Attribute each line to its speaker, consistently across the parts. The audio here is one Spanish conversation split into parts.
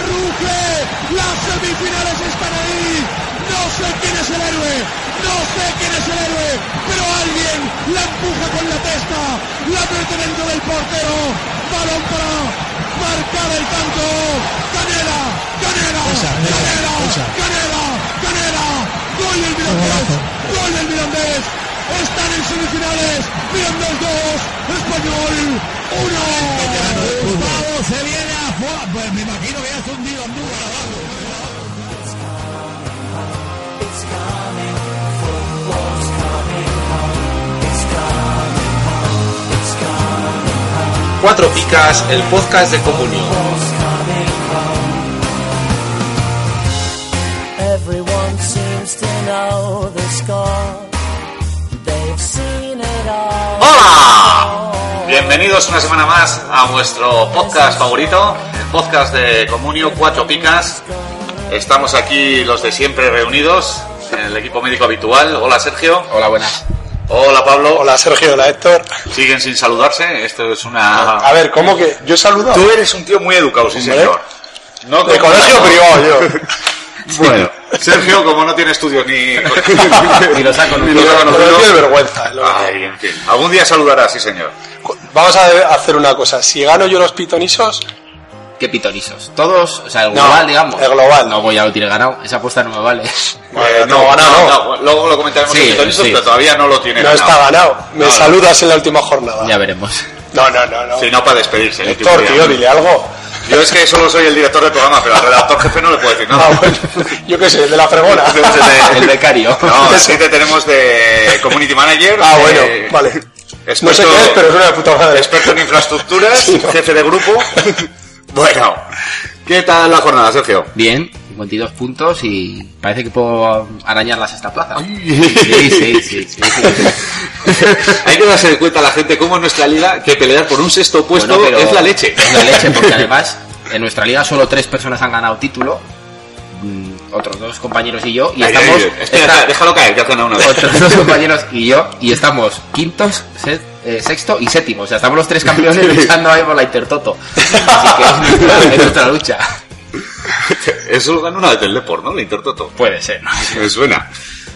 Speaker 1: Las semifinales están ahí. No sé quién es el héroe. No sé quién es el héroe. Pero alguien la empuja con la testa. La mete dentro del portero. Balón para marcar el tanto. Canela. Canela.
Speaker 2: Esa, esa,
Speaker 1: Canela.
Speaker 2: esa.
Speaker 1: Canela. Canela. Gol del Mirandés. Gol del Mirandés. Están en semifinales. Mirandés 2. Español 1. Vamos, se viene a Pues me imagino que ya es hundido Andújar abajo.
Speaker 3: Cuatro Picas, el podcast de Comunio.
Speaker 4: Everyone seems to know the score. They've seen it all.
Speaker 3: ¡Hola! Bienvenidos una semana más a vuestro podcast favorito, el podcast de Comunio Cuatro Picas. Estamos aquí los de siempre reunidos en el equipo médico habitual. Hola Sergio.
Speaker 5: Hola, buenas.
Speaker 3: Hola Pablo.
Speaker 2: Hola Sergio, hola Héctor.
Speaker 3: Siguen sin saludarse. Esto es una.
Speaker 2: A ver, ¿cómo que? Yo saludo.
Speaker 3: Tú eres un tío muy educado, sí
Speaker 2: Hombre.
Speaker 3: señor. No
Speaker 2: De
Speaker 3: como-
Speaker 2: colegio privado yo.
Speaker 3: Bueno, Sergio, como no tiene estudios ni, ni los ha
Speaker 2: Pero no tiene vergüenza. es lo que-
Speaker 3: Ay, en fin. Algún día saludará, sí señor.
Speaker 2: Vamos a hacer una cosa. Si gano yo los pitonisos,
Speaker 5: ¿Qué pitonizos? ¿Todos? O sea, el
Speaker 2: No,
Speaker 5: global, digamos.
Speaker 2: el global.
Speaker 5: No, pues ya lo tiene ganado. Esa apuesta no me vale.
Speaker 2: Bueno, Eh, no,
Speaker 3: eh, no,
Speaker 2: ganado
Speaker 3: no, luego lo comentaremos
Speaker 5: Sí,
Speaker 3: en Pitonisos,
Speaker 5: sí.
Speaker 3: pero todavía no lo tiene.
Speaker 2: no está ganado. Me
Speaker 3: No,
Speaker 2: saludas en la última jornada.
Speaker 5: ya veremos.
Speaker 2: No, no, no, no.
Speaker 3: Si no, para despedirse. yo
Speaker 2: Héctor,
Speaker 3: te
Speaker 2: tío,
Speaker 3: diría.
Speaker 2: dile algo.
Speaker 3: Yo es que solo soy el director del programa, pero al redactor jefe no le puedo decir nada.
Speaker 2: Ah, bueno, yo qué sé, de la fregona.
Speaker 3: Entonces,
Speaker 5: El becario.
Speaker 3: No, así te tenemos de community manager.
Speaker 2: Ah, bueno,
Speaker 3: eh,
Speaker 2: vale.
Speaker 3: experto-
Speaker 2: No sé qué es, pero es una puta madre.
Speaker 3: Experto en infraestructuras,
Speaker 2: Sí, no.
Speaker 3: jefe de grupo. Bueno, ¿qué tal la jornada, Sergio?
Speaker 5: Bien, 52 puntos y parece que puedo arañar la sexta plaza. Sí, sí, sí. sí, sí.
Speaker 3: Hay que darse cuenta a la gente cómo en nuestra liga que pelear por un sexto puesto
Speaker 5: Bueno, pero
Speaker 3: es la leche.
Speaker 5: Es la leche, porque además en nuestra liga solo tres personas han ganado título. Mm, Otros dos compañeros y yo. Y
Speaker 3: Ay, ay,
Speaker 5: estamos.
Speaker 3: ay, espera,
Speaker 5: está-
Speaker 3: espera, déjalo caer, que hace una. una.
Speaker 5: otros dos compañeros y yo, y estamos quintos, se- eh, sexto y séptimo. O sea, estamos los tres campeones luchando ahí por la Intertoto. Así que es nuestra, es nuestra lucha.
Speaker 3: Eso lo gana una de Teleport, ¿no? La Intertoto.
Speaker 5: Puede ser, ¿no?
Speaker 3: Me suena.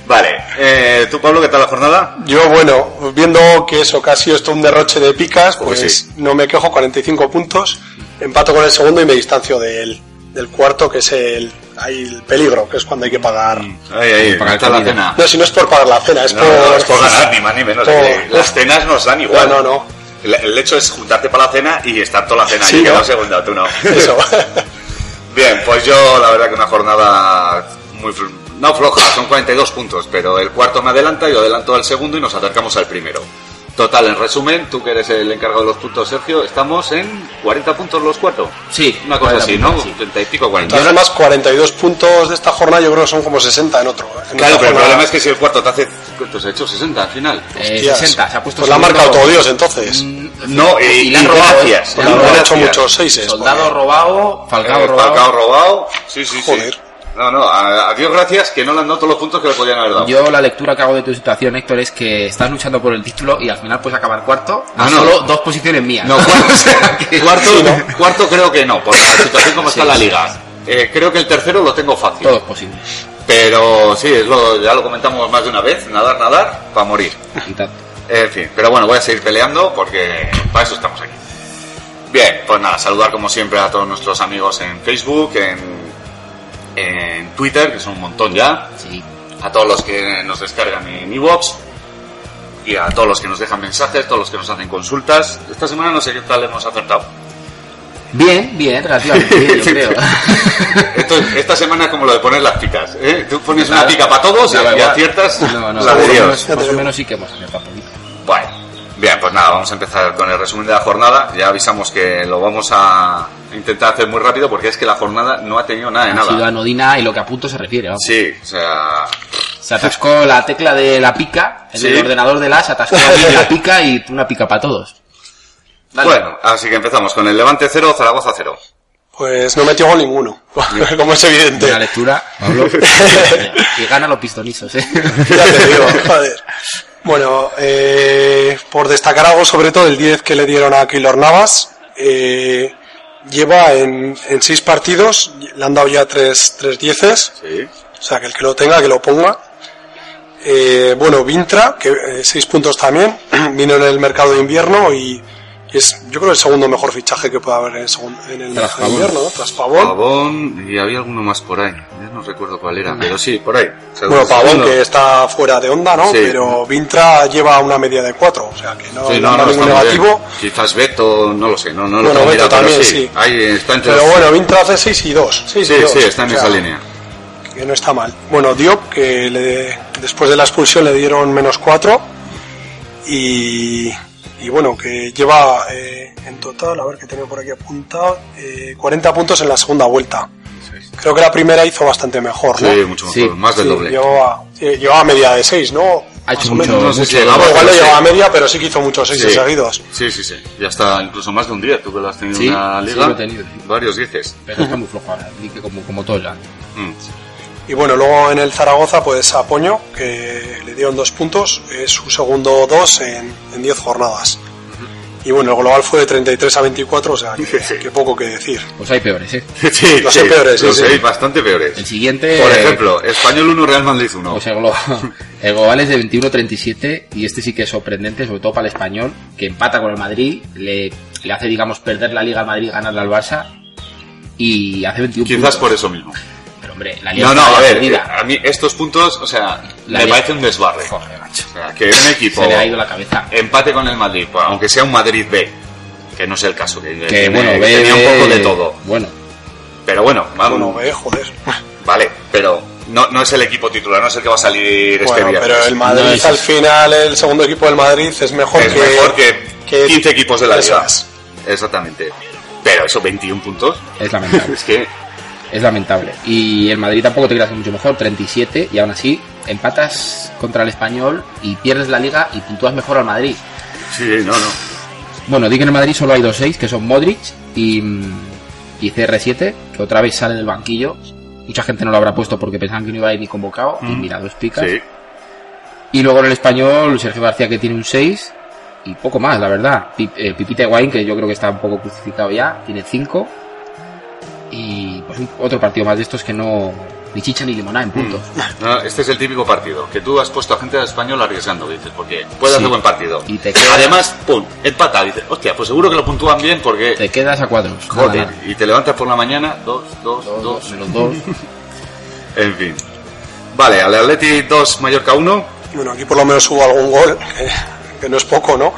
Speaker 3: Vale, eh, ¿tú, Pablo, qué tal la jornada?
Speaker 2: Yo, bueno, viendo que eso, que ha sido esto un derroche de picas, pues
Speaker 3: sí.
Speaker 2: no me quejo, 45 puntos, empato con el segundo y me distancio del, del cuarto, que es el, ahí el peligro, que es cuando hay que pagar.
Speaker 3: Ay, ay,
Speaker 5: Para
Speaker 3: ¿qué
Speaker 5: el
Speaker 3: tal la
Speaker 5: camino.
Speaker 3: cena?
Speaker 2: No, si no es por pagar la cena, es
Speaker 3: Mm. No,
Speaker 2: por...
Speaker 3: no, es por ganar, ni más ni menos.
Speaker 2: por-
Speaker 3: eh, Las cenas nos dan igual.
Speaker 2: No, no, no.
Speaker 3: La- El hecho es juntarte para la cena y estar toda la cena
Speaker 2: Sí,
Speaker 3: y quedar
Speaker 2: ¿no?
Speaker 3: segunda, tú no.
Speaker 2: Eso.
Speaker 3: Bien, pues yo la verdad que una jornada muy fl- no floja, son 42 puntos, pero el cuarto me adelanta, yo adelanto al segundo y nos acercamos al primero. Total, en resumen, tú que eres el encargado de los puntos, Sergio, estamos en 40 puntos los cuatro.
Speaker 5: Sí,
Speaker 3: Una cosa
Speaker 5: 40
Speaker 3: así, ¿no?
Speaker 5: puntos, sí.
Speaker 3: 30 y pico, 40.
Speaker 2: Los demás 42 puntos de esta jornada, yo creo que son como 60 en otro.
Speaker 3: Claro,
Speaker 2: en otra
Speaker 3: pero el
Speaker 2: jornada.
Speaker 3: problema es que si el cuarto te hace... ¿Cuántos ha hecho? 60 al final.
Speaker 5: Eh,
Speaker 2: Hostias.
Speaker 5: 60, se ha puesto
Speaker 2: Pues la ha
Speaker 5: segundo.
Speaker 2: marcado todo Dios, entonces.
Speaker 5: Mm,
Speaker 3: No, y,
Speaker 5: y le han
Speaker 3: y
Speaker 5: robado,
Speaker 3: gracias.
Speaker 5: ¿eh?
Speaker 2: Pues
Speaker 5: la
Speaker 2: no han
Speaker 5: verdad
Speaker 2: hecho
Speaker 3: gracias.
Speaker 2: muchos seises.
Speaker 5: Soldado robado, Falcao
Speaker 3: Eh,
Speaker 5: robado.
Speaker 3: Falcao robado. Sí, sí,
Speaker 2: Joder.
Speaker 3: sí. No, no, a, a Dios gracias que no le han dado todos los puntos que le podían haber dado.
Speaker 5: Yo la lectura que hago de tu situación, Héctor, es que estás luchando por el título y al final puedes acabar cuarto a
Speaker 3: Ah, No, no.
Speaker 5: solo dos posiciones mías.
Speaker 3: No, cuarto,
Speaker 5: O sea que-
Speaker 3: cuarto,
Speaker 2: Sí, ¿no?
Speaker 3: cuarto creo que no, por la situación como
Speaker 5: Sí,
Speaker 3: está la
Speaker 5: sí, Oh.
Speaker 3: liga. Eh, creo que el tercero lo tengo fácil.
Speaker 5: Todo es posible.
Speaker 3: Pero sí, es lo, ya lo comentamos más de una vez, nadar, nadar, para morir.
Speaker 5: Y tanto.
Speaker 3: En fin, pero bueno, voy a seguir peleando porque para eso estamos aquí. Bien, pues nada, saludar como siempre a todos nuestros amigos en Facebook, en, en Twitter, que son un montón ya,
Speaker 5: Sí.
Speaker 3: a todos los que nos descargan en iVoox y a todos los que nos dejan mensajes, todos los que nos hacen consultas. Esta semana no sé qué tal hemos acertado.
Speaker 5: Bien, bien, relativamente bien, yo creo.
Speaker 3: Esto- esta semana es como lo de poner las picas. ¿eh? Tú pones una
Speaker 5: Claro.
Speaker 3: pica para todos y,
Speaker 5: Nada,
Speaker 3: y
Speaker 5: igual.
Speaker 3: aciertas
Speaker 5: No, no,
Speaker 3: la
Speaker 5: más,
Speaker 3: de
Speaker 5: o
Speaker 3: Dios.
Speaker 5: menos,
Speaker 2: Ya te
Speaker 5: más o
Speaker 2: digo.
Speaker 5: menos sí que hemos acertado un poquito.
Speaker 3: Bueno, bien, pues nada, vamos a empezar con el resumen de la jornada. Ya avisamos que lo vamos a intentar hacer muy rápido porque es que la jornada no ha tenido nada de
Speaker 5: Ha sido
Speaker 3: nada.
Speaker 5: anodina y lo que a punto se refiere, vamos.
Speaker 3: Sí, o sea,
Speaker 5: Se atascó la tecla de la pica, el
Speaker 3: Sí.
Speaker 5: del ordenador de la, se atascó ahí la pica y una pica para todos. Dale.
Speaker 3: bueno, así que empezamos con el Levante 0, Zaragoza 0.
Speaker 2: Pues no metió gol ninguno, como es evidente.
Speaker 5: Buena lectura, Pablo. y gana los pistonizos, eh.
Speaker 2: Ya te digo, joder. Bueno, eh, por destacar algo sobre todo el 10 que le dieron a Keylor Navas, eh, lleva en, en seis partidos, le han dado ya tres, tres dieces,
Speaker 3: Sí.
Speaker 2: o sea que el que lo tenga, que lo ponga. Eh, bueno, Vintra, que eh, seis puntos también, vino en el mercado de invierno y es yo creo el segundo mejor fichaje que puede haber en el, segun- en el mercado de invierno, ¿no? Tras Pavón.
Speaker 3: Pavón y había alguno más por ahí. Ya no recuerdo cuál era, pero sí, por ahí.
Speaker 2: Bueno, Pavón
Speaker 3: Segundo.
Speaker 2: que está fuera de onda, ¿no?
Speaker 3: Sí.
Speaker 2: Pero Vintra lleva una media de 4, o sea que no,
Speaker 3: Sí,
Speaker 2: no
Speaker 3: no, no,
Speaker 2: habrá
Speaker 3: está
Speaker 2: ningún
Speaker 3: muy bien.
Speaker 2: negativo.
Speaker 3: Quizás Beto, no lo sé, no, no lo
Speaker 2: Bueno,
Speaker 3: tengo
Speaker 2: Beto
Speaker 3: mirado, pero
Speaker 2: también, sí.
Speaker 3: Ahí está entre
Speaker 2: Pero
Speaker 3: los-
Speaker 2: bueno, Vintra hace 6 y 2.
Speaker 3: sí, sí, está en esa línea.
Speaker 2: Que no está mal. Bueno, Diop, que le- después de la expulsión le dieron menos 4. Y, y bueno, que lleva eh, en total, a ver que tengo por aquí apuntado, eh, 40 puntos en la segunda vuelta. Creo que la primera hizo bastante mejor, ¿no?
Speaker 3: Sí, mucho mejor,
Speaker 5: Sí,
Speaker 3: más del
Speaker 2: Sí,
Speaker 3: doble.
Speaker 2: Llevaba, sí, llevaba media de 6, ¿no?
Speaker 5: Ha hecho
Speaker 2: Más o
Speaker 5: mucho-
Speaker 2: menos.
Speaker 3: No sé si
Speaker 5: mucho-
Speaker 3: llegaba,
Speaker 2: igual
Speaker 3: pero
Speaker 2: lo
Speaker 3: sí.
Speaker 2: llevaba a media, pero sí que hizo muchos seis
Speaker 3: Sí.
Speaker 2: seguidos.
Speaker 3: Sí, sí, sí. Ya está incluso más de un 10. Tú que lo has tenido
Speaker 5: Sí,
Speaker 3: en la
Speaker 5: sí,
Speaker 3: liga.
Speaker 5: lo he tenido, sí.
Speaker 3: Varios dieces.
Speaker 5: Pero está muy flojo ahora, ni que como, como todos ya.
Speaker 3: Mm.
Speaker 2: Y bueno, luego en el Zaragoza, pues a Poño, que le dieron dos puntos, es su segundo dos en, en diez jornadas. Y bueno, el global fue de 33 a 24, o sea, que, que poco que decir.
Speaker 5: Pues hay peores, eh.
Speaker 3: Sí,
Speaker 2: Los hay peores, sí,
Speaker 3: Los
Speaker 2: sí.
Speaker 3: hay bastante peores.
Speaker 5: El siguiente.
Speaker 3: Por
Speaker 5: eh,
Speaker 3: ejemplo, Español 1, Real Madrid 1.
Speaker 5: Pues el, glo- el global es de 21-37 y este sí que es sorprendente, sobre todo para el español, que empata con el Madrid, le, le hace, digamos, perder la Liga al Madrid, ganarla al Barça y hace 21
Speaker 3: Quizás
Speaker 5: puntos.
Speaker 3: por eso mismo.
Speaker 5: Pero hombre, la Liga
Speaker 3: No, no,
Speaker 5: está
Speaker 3: a ver, eh,
Speaker 5: perdida.
Speaker 3: a mí estos puntos, o sea,
Speaker 5: La
Speaker 3: me
Speaker 5: liga-
Speaker 3: parece un desbarre.
Speaker 5: Joder, macho.
Speaker 3: O sea, que un equipo
Speaker 5: Se le ha ido la cabeza.
Speaker 3: empate con el Madrid, pues, aunque sea un Madrid B, que no es el caso, que,
Speaker 5: Que
Speaker 3: tiene-
Speaker 5: bueno, ve,
Speaker 3: tenía un
Speaker 5: ve-
Speaker 3: poco de todo.
Speaker 5: Bueno,
Speaker 3: Pero bueno, vamos,
Speaker 2: Bueno, ve, joder.
Speaker 3: vale, pero no, no es el equipo titular, no es el que va a salir este
Speaker 2: Bueno,
Speaker 3: viernes.
Speaker 2: pero el Madrid
Speaker 5: No es-
Speaker 2: al final, el segundo equipo del Madrid, es mejor
Speaker 3: es
Speaker 2: que.
Speaker 3: mejor que,
Speaker 2: que-
Speaker 3: 15 equipos de la
Speaker 2: Eso
Speaker 3: liga.
Speaker 2: es.
Speaker 3: Exactamente. Pero esos 21 puntos,
Speaker 5: es lamentable.
Speaker 3: es que
Speaker 5: es lamentable. Y el Madrid tampoco te creas que mucho mejor, 37, y aún así empatas contra el español y pierdes la Liga y puntúas mejor al Madrid.
Speaker 3: sí, no, no.
Speaker 5: Bueno, di que en el Madrid solo hay dos seis, que son Modric y, mm, y CR7, que otra vez sale del banquillo. Mucha gente no lo habrá puesto porque pensaban que no iba a ir ni convocado, y mira, dos picas.
Speaker 3: Mm. Sí.
Speaker 5: Y luego en el español, Sergio García que tiene un 6 y poco más, la verdad. Pip- eh, Pipita Higuaín, que yo creo que está un poco crucificado ya, tiene 5. Y pues un- otro partido más de estos que no... Ni chicha ni limonada en puntos.
Speaker 3: No, este es el típico partido, que tú has puesto a gente de español arriesgando, dices, porque puede
Speaker 5: Sí.
Speaker 3: hacer buen partido.
Speaker 5: Y te queda-
Speaker 3: Además, pum, empata, dices, hostia, pues seguro que lo puntúan bien porque...
Speaker 5: Te quedas a cuadros. nada,
Speaker 3: Joder,
Speaker 5: nada.
Speaker 3: y te levantas por la mañana, dos, dos,
Speaker 5: Dos,
Speaker 3: dos,
Speaker 5: dos, menos dos.
Speaker 3: en fin. Vale, al Atleti 2, Mallorca 1,
Speaker 2: Bueno, aquí por lo menos hubo algún gol, que, que no es poco, ¿no?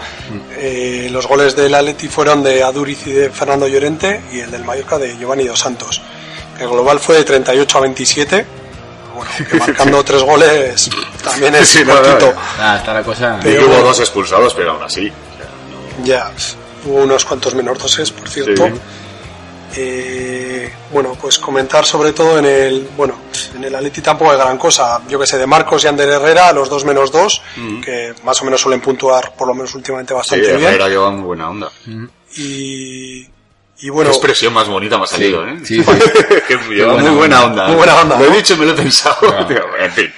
Speaker 2: Eh, los goles del Atleti fueron de Aduriz y de Fernando Llorente y el del Mallorca de Giovanni Dos Santos. El global fue de 38 a 27. Bueno, que marcando tres goles también es
Speaker 3: Sí, no, no,
Speaker 2: cortito.
Speaker 5: Nada, está la cosa...
Speaker 3: y
Speaker 2: Pero
Speaker 3: hubo
Speaker 2: bueno.
Speaker 3: dos expulsados, pero aún así.
Speaker 2: Ya, hubo unos cuantos menortoses, por cierto. Eh, bueno, pues comentar sobre todo en el, bueno, en el Atleti tampoco hay gran cosa. Yo que sé, de Marcos y Ander Herrera, los dos menos dos, que más o menos suelen puntuar, por lo menos últimamente
Speaker 3: Mm. Sí,
Speaker 2: bastante bien.
Speaker 3: Herrera lleva muy buena onda.
Speaker 2: Y, y
Speaker 3: Qué
Speaker 2: bueno,
Speaker 3: expresión más bonita me ha salido, ¿eh?
Speaker 5: sí.
Speaker 3: Qué- lleva
Speaker 5: buena
Speaker 3: muy buena onda.
Speaker 5: onda. Ah.
Speaker 3: ¿eh?
Speaker 2: Muy buena onda,
Speaker 3: Lo he
Speaker 2: ¿no?
Speaker 3: dicho y me lo he pensado. tío, en fin.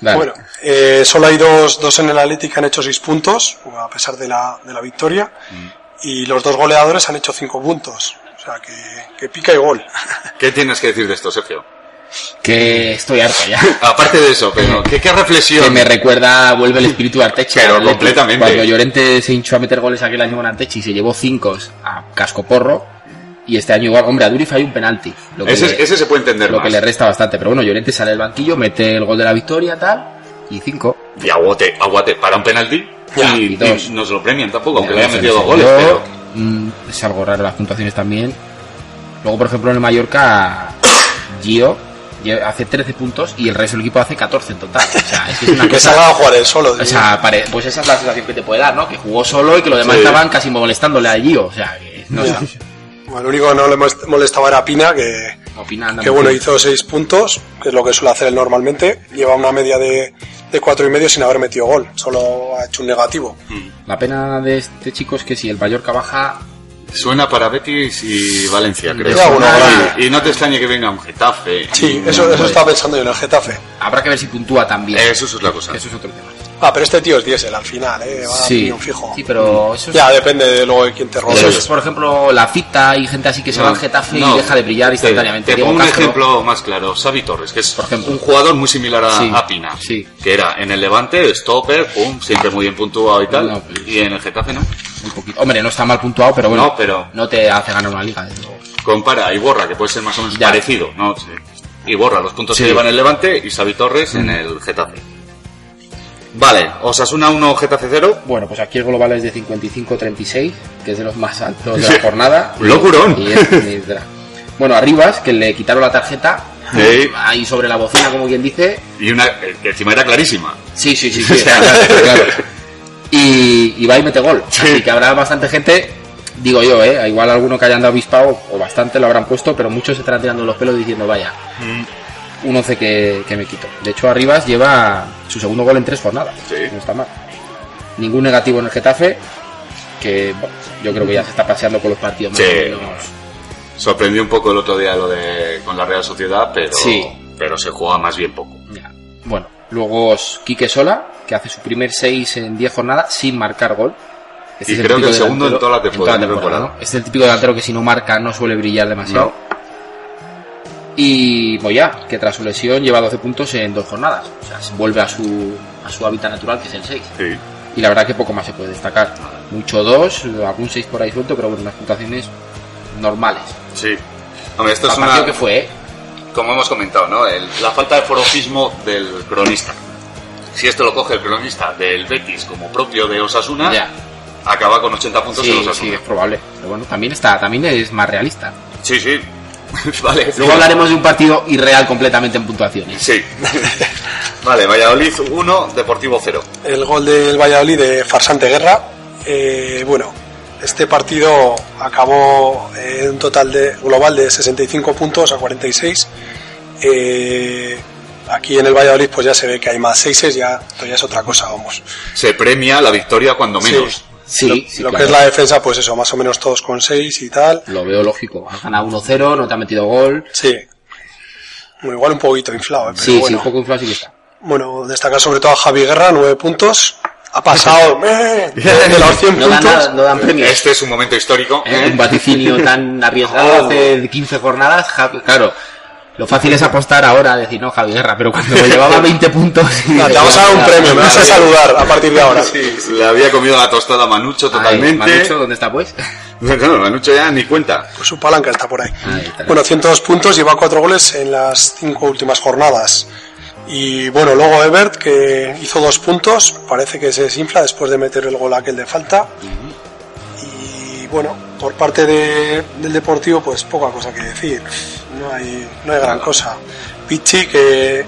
Speaker 5: Dale.
Speaker 2: bueno eh, solo hay dos, dos en el Atlético que han hecho seis puntos, a pesar de la, de la victoria,
Speaker 3: Mm.
Speaker 2: y los dos goleadores han hecho cinco puntos. O sea, que, que pica y gol.
Speaker 3: ¿Qué tienes que decir de esto, Sergio?
Speaker 5: Que estoy harto ya.
Speaker 3: Aparte de eso, pero ¿qué, qué reflexión?
Speaker 5: Que me recuerda, vuelve el espíritu de Arteche.
Speaker 3: Pero
Speaker 5: al Atleti.
Speaker 3: completamente.
Speaker 5: Cuando Llorente se hinchó a meter goles aquel año con Arteche y se llevó cinco a cascoporro. Y este año igual, hombre, a Duriz hay un penalti. Lo que
Speaker 3: Ese,
Speaker 5: le-
Speaker 3: ese se puede entender
Speaker 5: lo
Speaker 3: más.
Speaker 5: que le resta bastante. Pero bueno, Llorente sale del banquillo, mete el gol de la victoria, tal, y cinco.
Speaker 3: Y aguate, aguate, para un penalti
Speaker 5: Ya,
Speaker 3: y,
Speaker 5: y dos.
Speaker 3: y no se lo premian tampoco, aunque le
Speaker 5: Ya,
Speaker 3: hayan
Speaker 5: no sé,
Speaker 3: metido
Speaker 5: no
Speaker 3: dos
Speaker 5: sé.
Speaker 3: goles, pero...
Speaker 5: Yo, mm, es algo raro las puntuaciones también. Luego, por ejemplo, en el Mallorca, Gio lle- hace 13 puntos y el resto del equipo hace 14 en total. O sea, es que es una
Speaker 2: Que
Speaker 5: cosa-
Speaker 2: salga a Juárez solo.
Speaker 5: o
Speaker 2: tío.
Speaker 5: sea, pare- pues esa es la sensación que te puede dar, ¿no? Que jugó solo y que los demás
Speaker 3: Sí.
Speaker 5: estaban casi molestándole a Gio. O sea, que no sé,
Speaker 2: Bueno, el único que no le molest- molestaba era Pina, que,
Speaker 5: opinan.
Speaker 2: que bueno, hizo seis puntos, que es lo que suele hacer él normalmente. Lleva una media de, de cuatro y medio sin haber metido gol, solo ha hecho un negativo.
Speaker 5: La pena de este chico es que si el Mallorca baja,
Speaker 3: Suena para Betis y Valencia, creo.
Speaker 2: Ya, bueno,
Speaker 3: y, y no te extrañe que venga un Getafe.
Speaker 2: Sí,
Speaker 3: Mm,
Speaker 2: eso, eso
Speaker 3: vale.
Speaker 2: estaba pensando yo en el Getafe.
Speaker 5: habrá que ver si puntúa también.
Speaker 3: Eso es la cosa.
Speaker 5: Eso es otro tema.
Speaker 2: Ah, pero este tío es diésel al final, ¿eh? Va a
Speaker 5: Sí,
Speaker 2: piñón fijo.
Speaker 5: sí, pero eso es
Speaker 2: Ya, depende de luego de quién te robe.
Speaker 5: Eso es, por ejemplo, la cita y gente así que se va al Getafe
Speaker 3: Mm. no.
Speaker 5: y deja de brillar
Speaker 3: Te-
Speaker 5: instantáneamente.
Speaker 3: Te,
Speaker 5: Diego
Speaker 3: pongo un
Speaker 5: Castro,
Speaker 3: ejemplo más claro, Xavi Torres, que es
Speaker 5: Por ejemplo.
Speaker 3: un jugador muy similar a,
Speaker 5: Sí,
Speaker 3: a Pina,
Speaker 5: sí.
Speaker 3: que era en el Levante, stopper, pum, siempre muy bien puntuado y tal,
Speaker 5: No, pues-
Speaker 3: y en el Getafe no.
Speaker 5: muy poquito. Hombre, no está mal puntuado, pero bueno,
Speaker 3: No, pero-
Speaker 5: no te hace ganar una liga. desde luego.
Speaker 3: Compara a Iborra, que puede ser más o menos
Speaker 5: Ya.
Speaker 3: parecido, ¿no? Sí. Iborra, los puntos
Speaker 5: Sí. Mm.
Speaker 3: que lleva en el Levante, y Xavi Torres en el Getafe. Vale, Osasuna 1, Getafe 0.
Speaker 5: Bueno, pues aquí el global es de 55-36, que es de los más altos de la jornada.
Speaker 3: Un locurón.
Speaker 5: Y es- y es de la- Bueno, Arribas, que le quitaron la tarjeta,
Speaker 3: Sí.
Speaker 5: ahí sobre la bocina, como quien dice,
Speaker 3: Y una eh, que encima era clarísima.
Speaker 5: Sí, sí, sí, sí, está claro, está claro. Y, y va y mete gol. Así que habrá bastante gente, digo yo, ¿eh? igual alguno que haya andado avispado, o bastante lo habrán puesto, pero muchos se estarán tirando los pelos diciendo, vaya,
Speaker 3: Mm.
Speaker 5: un 11 que, que me quito. De hecho, Arribas lleva su segundo gol en tres jornadas.
Speaker 3: Sí.
Speaker 5: No está mal. Ningún negativo en el Getafe, que bueno, yo creo que ya se está paseando con los partidos más
Speaker 3: Sí.
Speaker 5: o menos.
Speaker 3: Sorprendió un poco el otro día lo de con la Real Sociedad, pero,
Speaker 5: Sí.
Speaker 3: pero se juega más bien poco.
Speaker 5: Ya. Bueno, luego es Quique Sola, que hace su primer 6 en 10 jornadas sin marcar gol.
Speaker 3: Y creo que el segundo en toda la temporada,
Speaker 5: Este es el típico delantero- en toda la temporada,
Speaker 3: ¿no?
Speaker 5: ¿no? Este es el típico delantero que si no marca no suele brillar demasiado. Y Moyá, que tras su lesión lleva 12 puntos en dos jornadas. O sea, se vuelve a su, a su hábitat natural, que es el 6.
Speaker 3: Sí.
Speaker 5: Y la verdad que poco más se puede destacar. Mucho 2, algún 6 por ahí suelto, pero bueno, unas puntuaciones normales.
Speaker 3: Sí. Hombre, esto
Speaker 5: La
Speaker 3: es
Speaker 5: partido
Speaker 3: Pues una,
Speaker 5: que fue, ¿eh?
Speaker 3: como hemos comentado, ¿no? El- la falta de forofismo del cronista. Si esto lo coge el cronista del Betis como propio de Osasuna,
Speaker 5: Ya.
Speaker 3: acaba con 80 puntos en
Speaker 5: Sí, sí,
Speaker 3: Osasuna.
Speaker 5: es probable. Pero bueno, también está, también es más realista.
Speaker 3: Sí, sí. vale.
Speaker 5: Luego hablaremos de un partido irreal completamente en puntuaciones.
Speaker 3: Sí. vale, Valladolid 1, Deportivo 0.
Speaker 2: El gol del Valladolid de Farsante Guerra. eh, bueno, este partido acabó en un total de, global de 65 puntos a 46. Eh, aquí en el Valladolid pues ya se ve que hay más seises, ya, esto ya es otra cosa, vamos.
Speaker 3: Se premia la victoria cuando menos.
Speaker 2: Sí.
Speaker 5: Sí,
Speaker 2: lo,
Speaker 5: sí,
Speaker 2: lo
Speaker 5: claro.
Speaker 2: que es la defensa, pues eso, más o menos todos con 6 y tal.
Speaker 5: Lo veo lógico. Has ganado 1-0, no te ha metido gol.
Speaker 2: Sí. Bueno, igual un poquito inflado, ¿eh? pero
Speaker 5: Sí, sí,
Speaker 2: bueno.
Speaker 5: un poco inflado sí que está.
Speaker 2: Bueno, destacar sobre todo a Javi Guerra, 9 puntos. Ha pasado eh, de los 100
Speaker 5: No dan,
Speaker 2: puntos.
Speaker 5: nada, no dan premios.
Speaker 3: Este es un momento histórico.
Speaker 5: ¿Eh? Un vaticinio tan
Speaker 2: Oh.
Speaker 5: arriesgado hace 15 jornadas. Ja- Claro, lo fácil es apostar ahora, decir, no, Javi Guerra, pero cuando me llevaba 20 puntos...
Speaker 2: No, te vamos a dar un premio, me vas a saludar a partir de ahora.
Speaker 3: Sí, sí. Le había comido la tostada a Manucho
Speaker 5: Totalmente.
Speaker 3: totalmente.
Speaker 5: ¿dónde está pues?
Speaker 3: Bueno, Manucho ya ni cuenta.
Speaker 2: Pues su palanca está por ahí.
Speaker 5: Ahí está.
Speaker 2: Bueno, 102 puntos, lleva 4 goles en las 5 últimas jornadas. Y bueno, luego Ebert, que hizo 2 puntos, parece que se desinfla después de meter el gol aquel de falta. Y bueno, por parte de- del Deportivo, pues poca cosa que decir. No hay, no hay gran cosa. Pichi, que,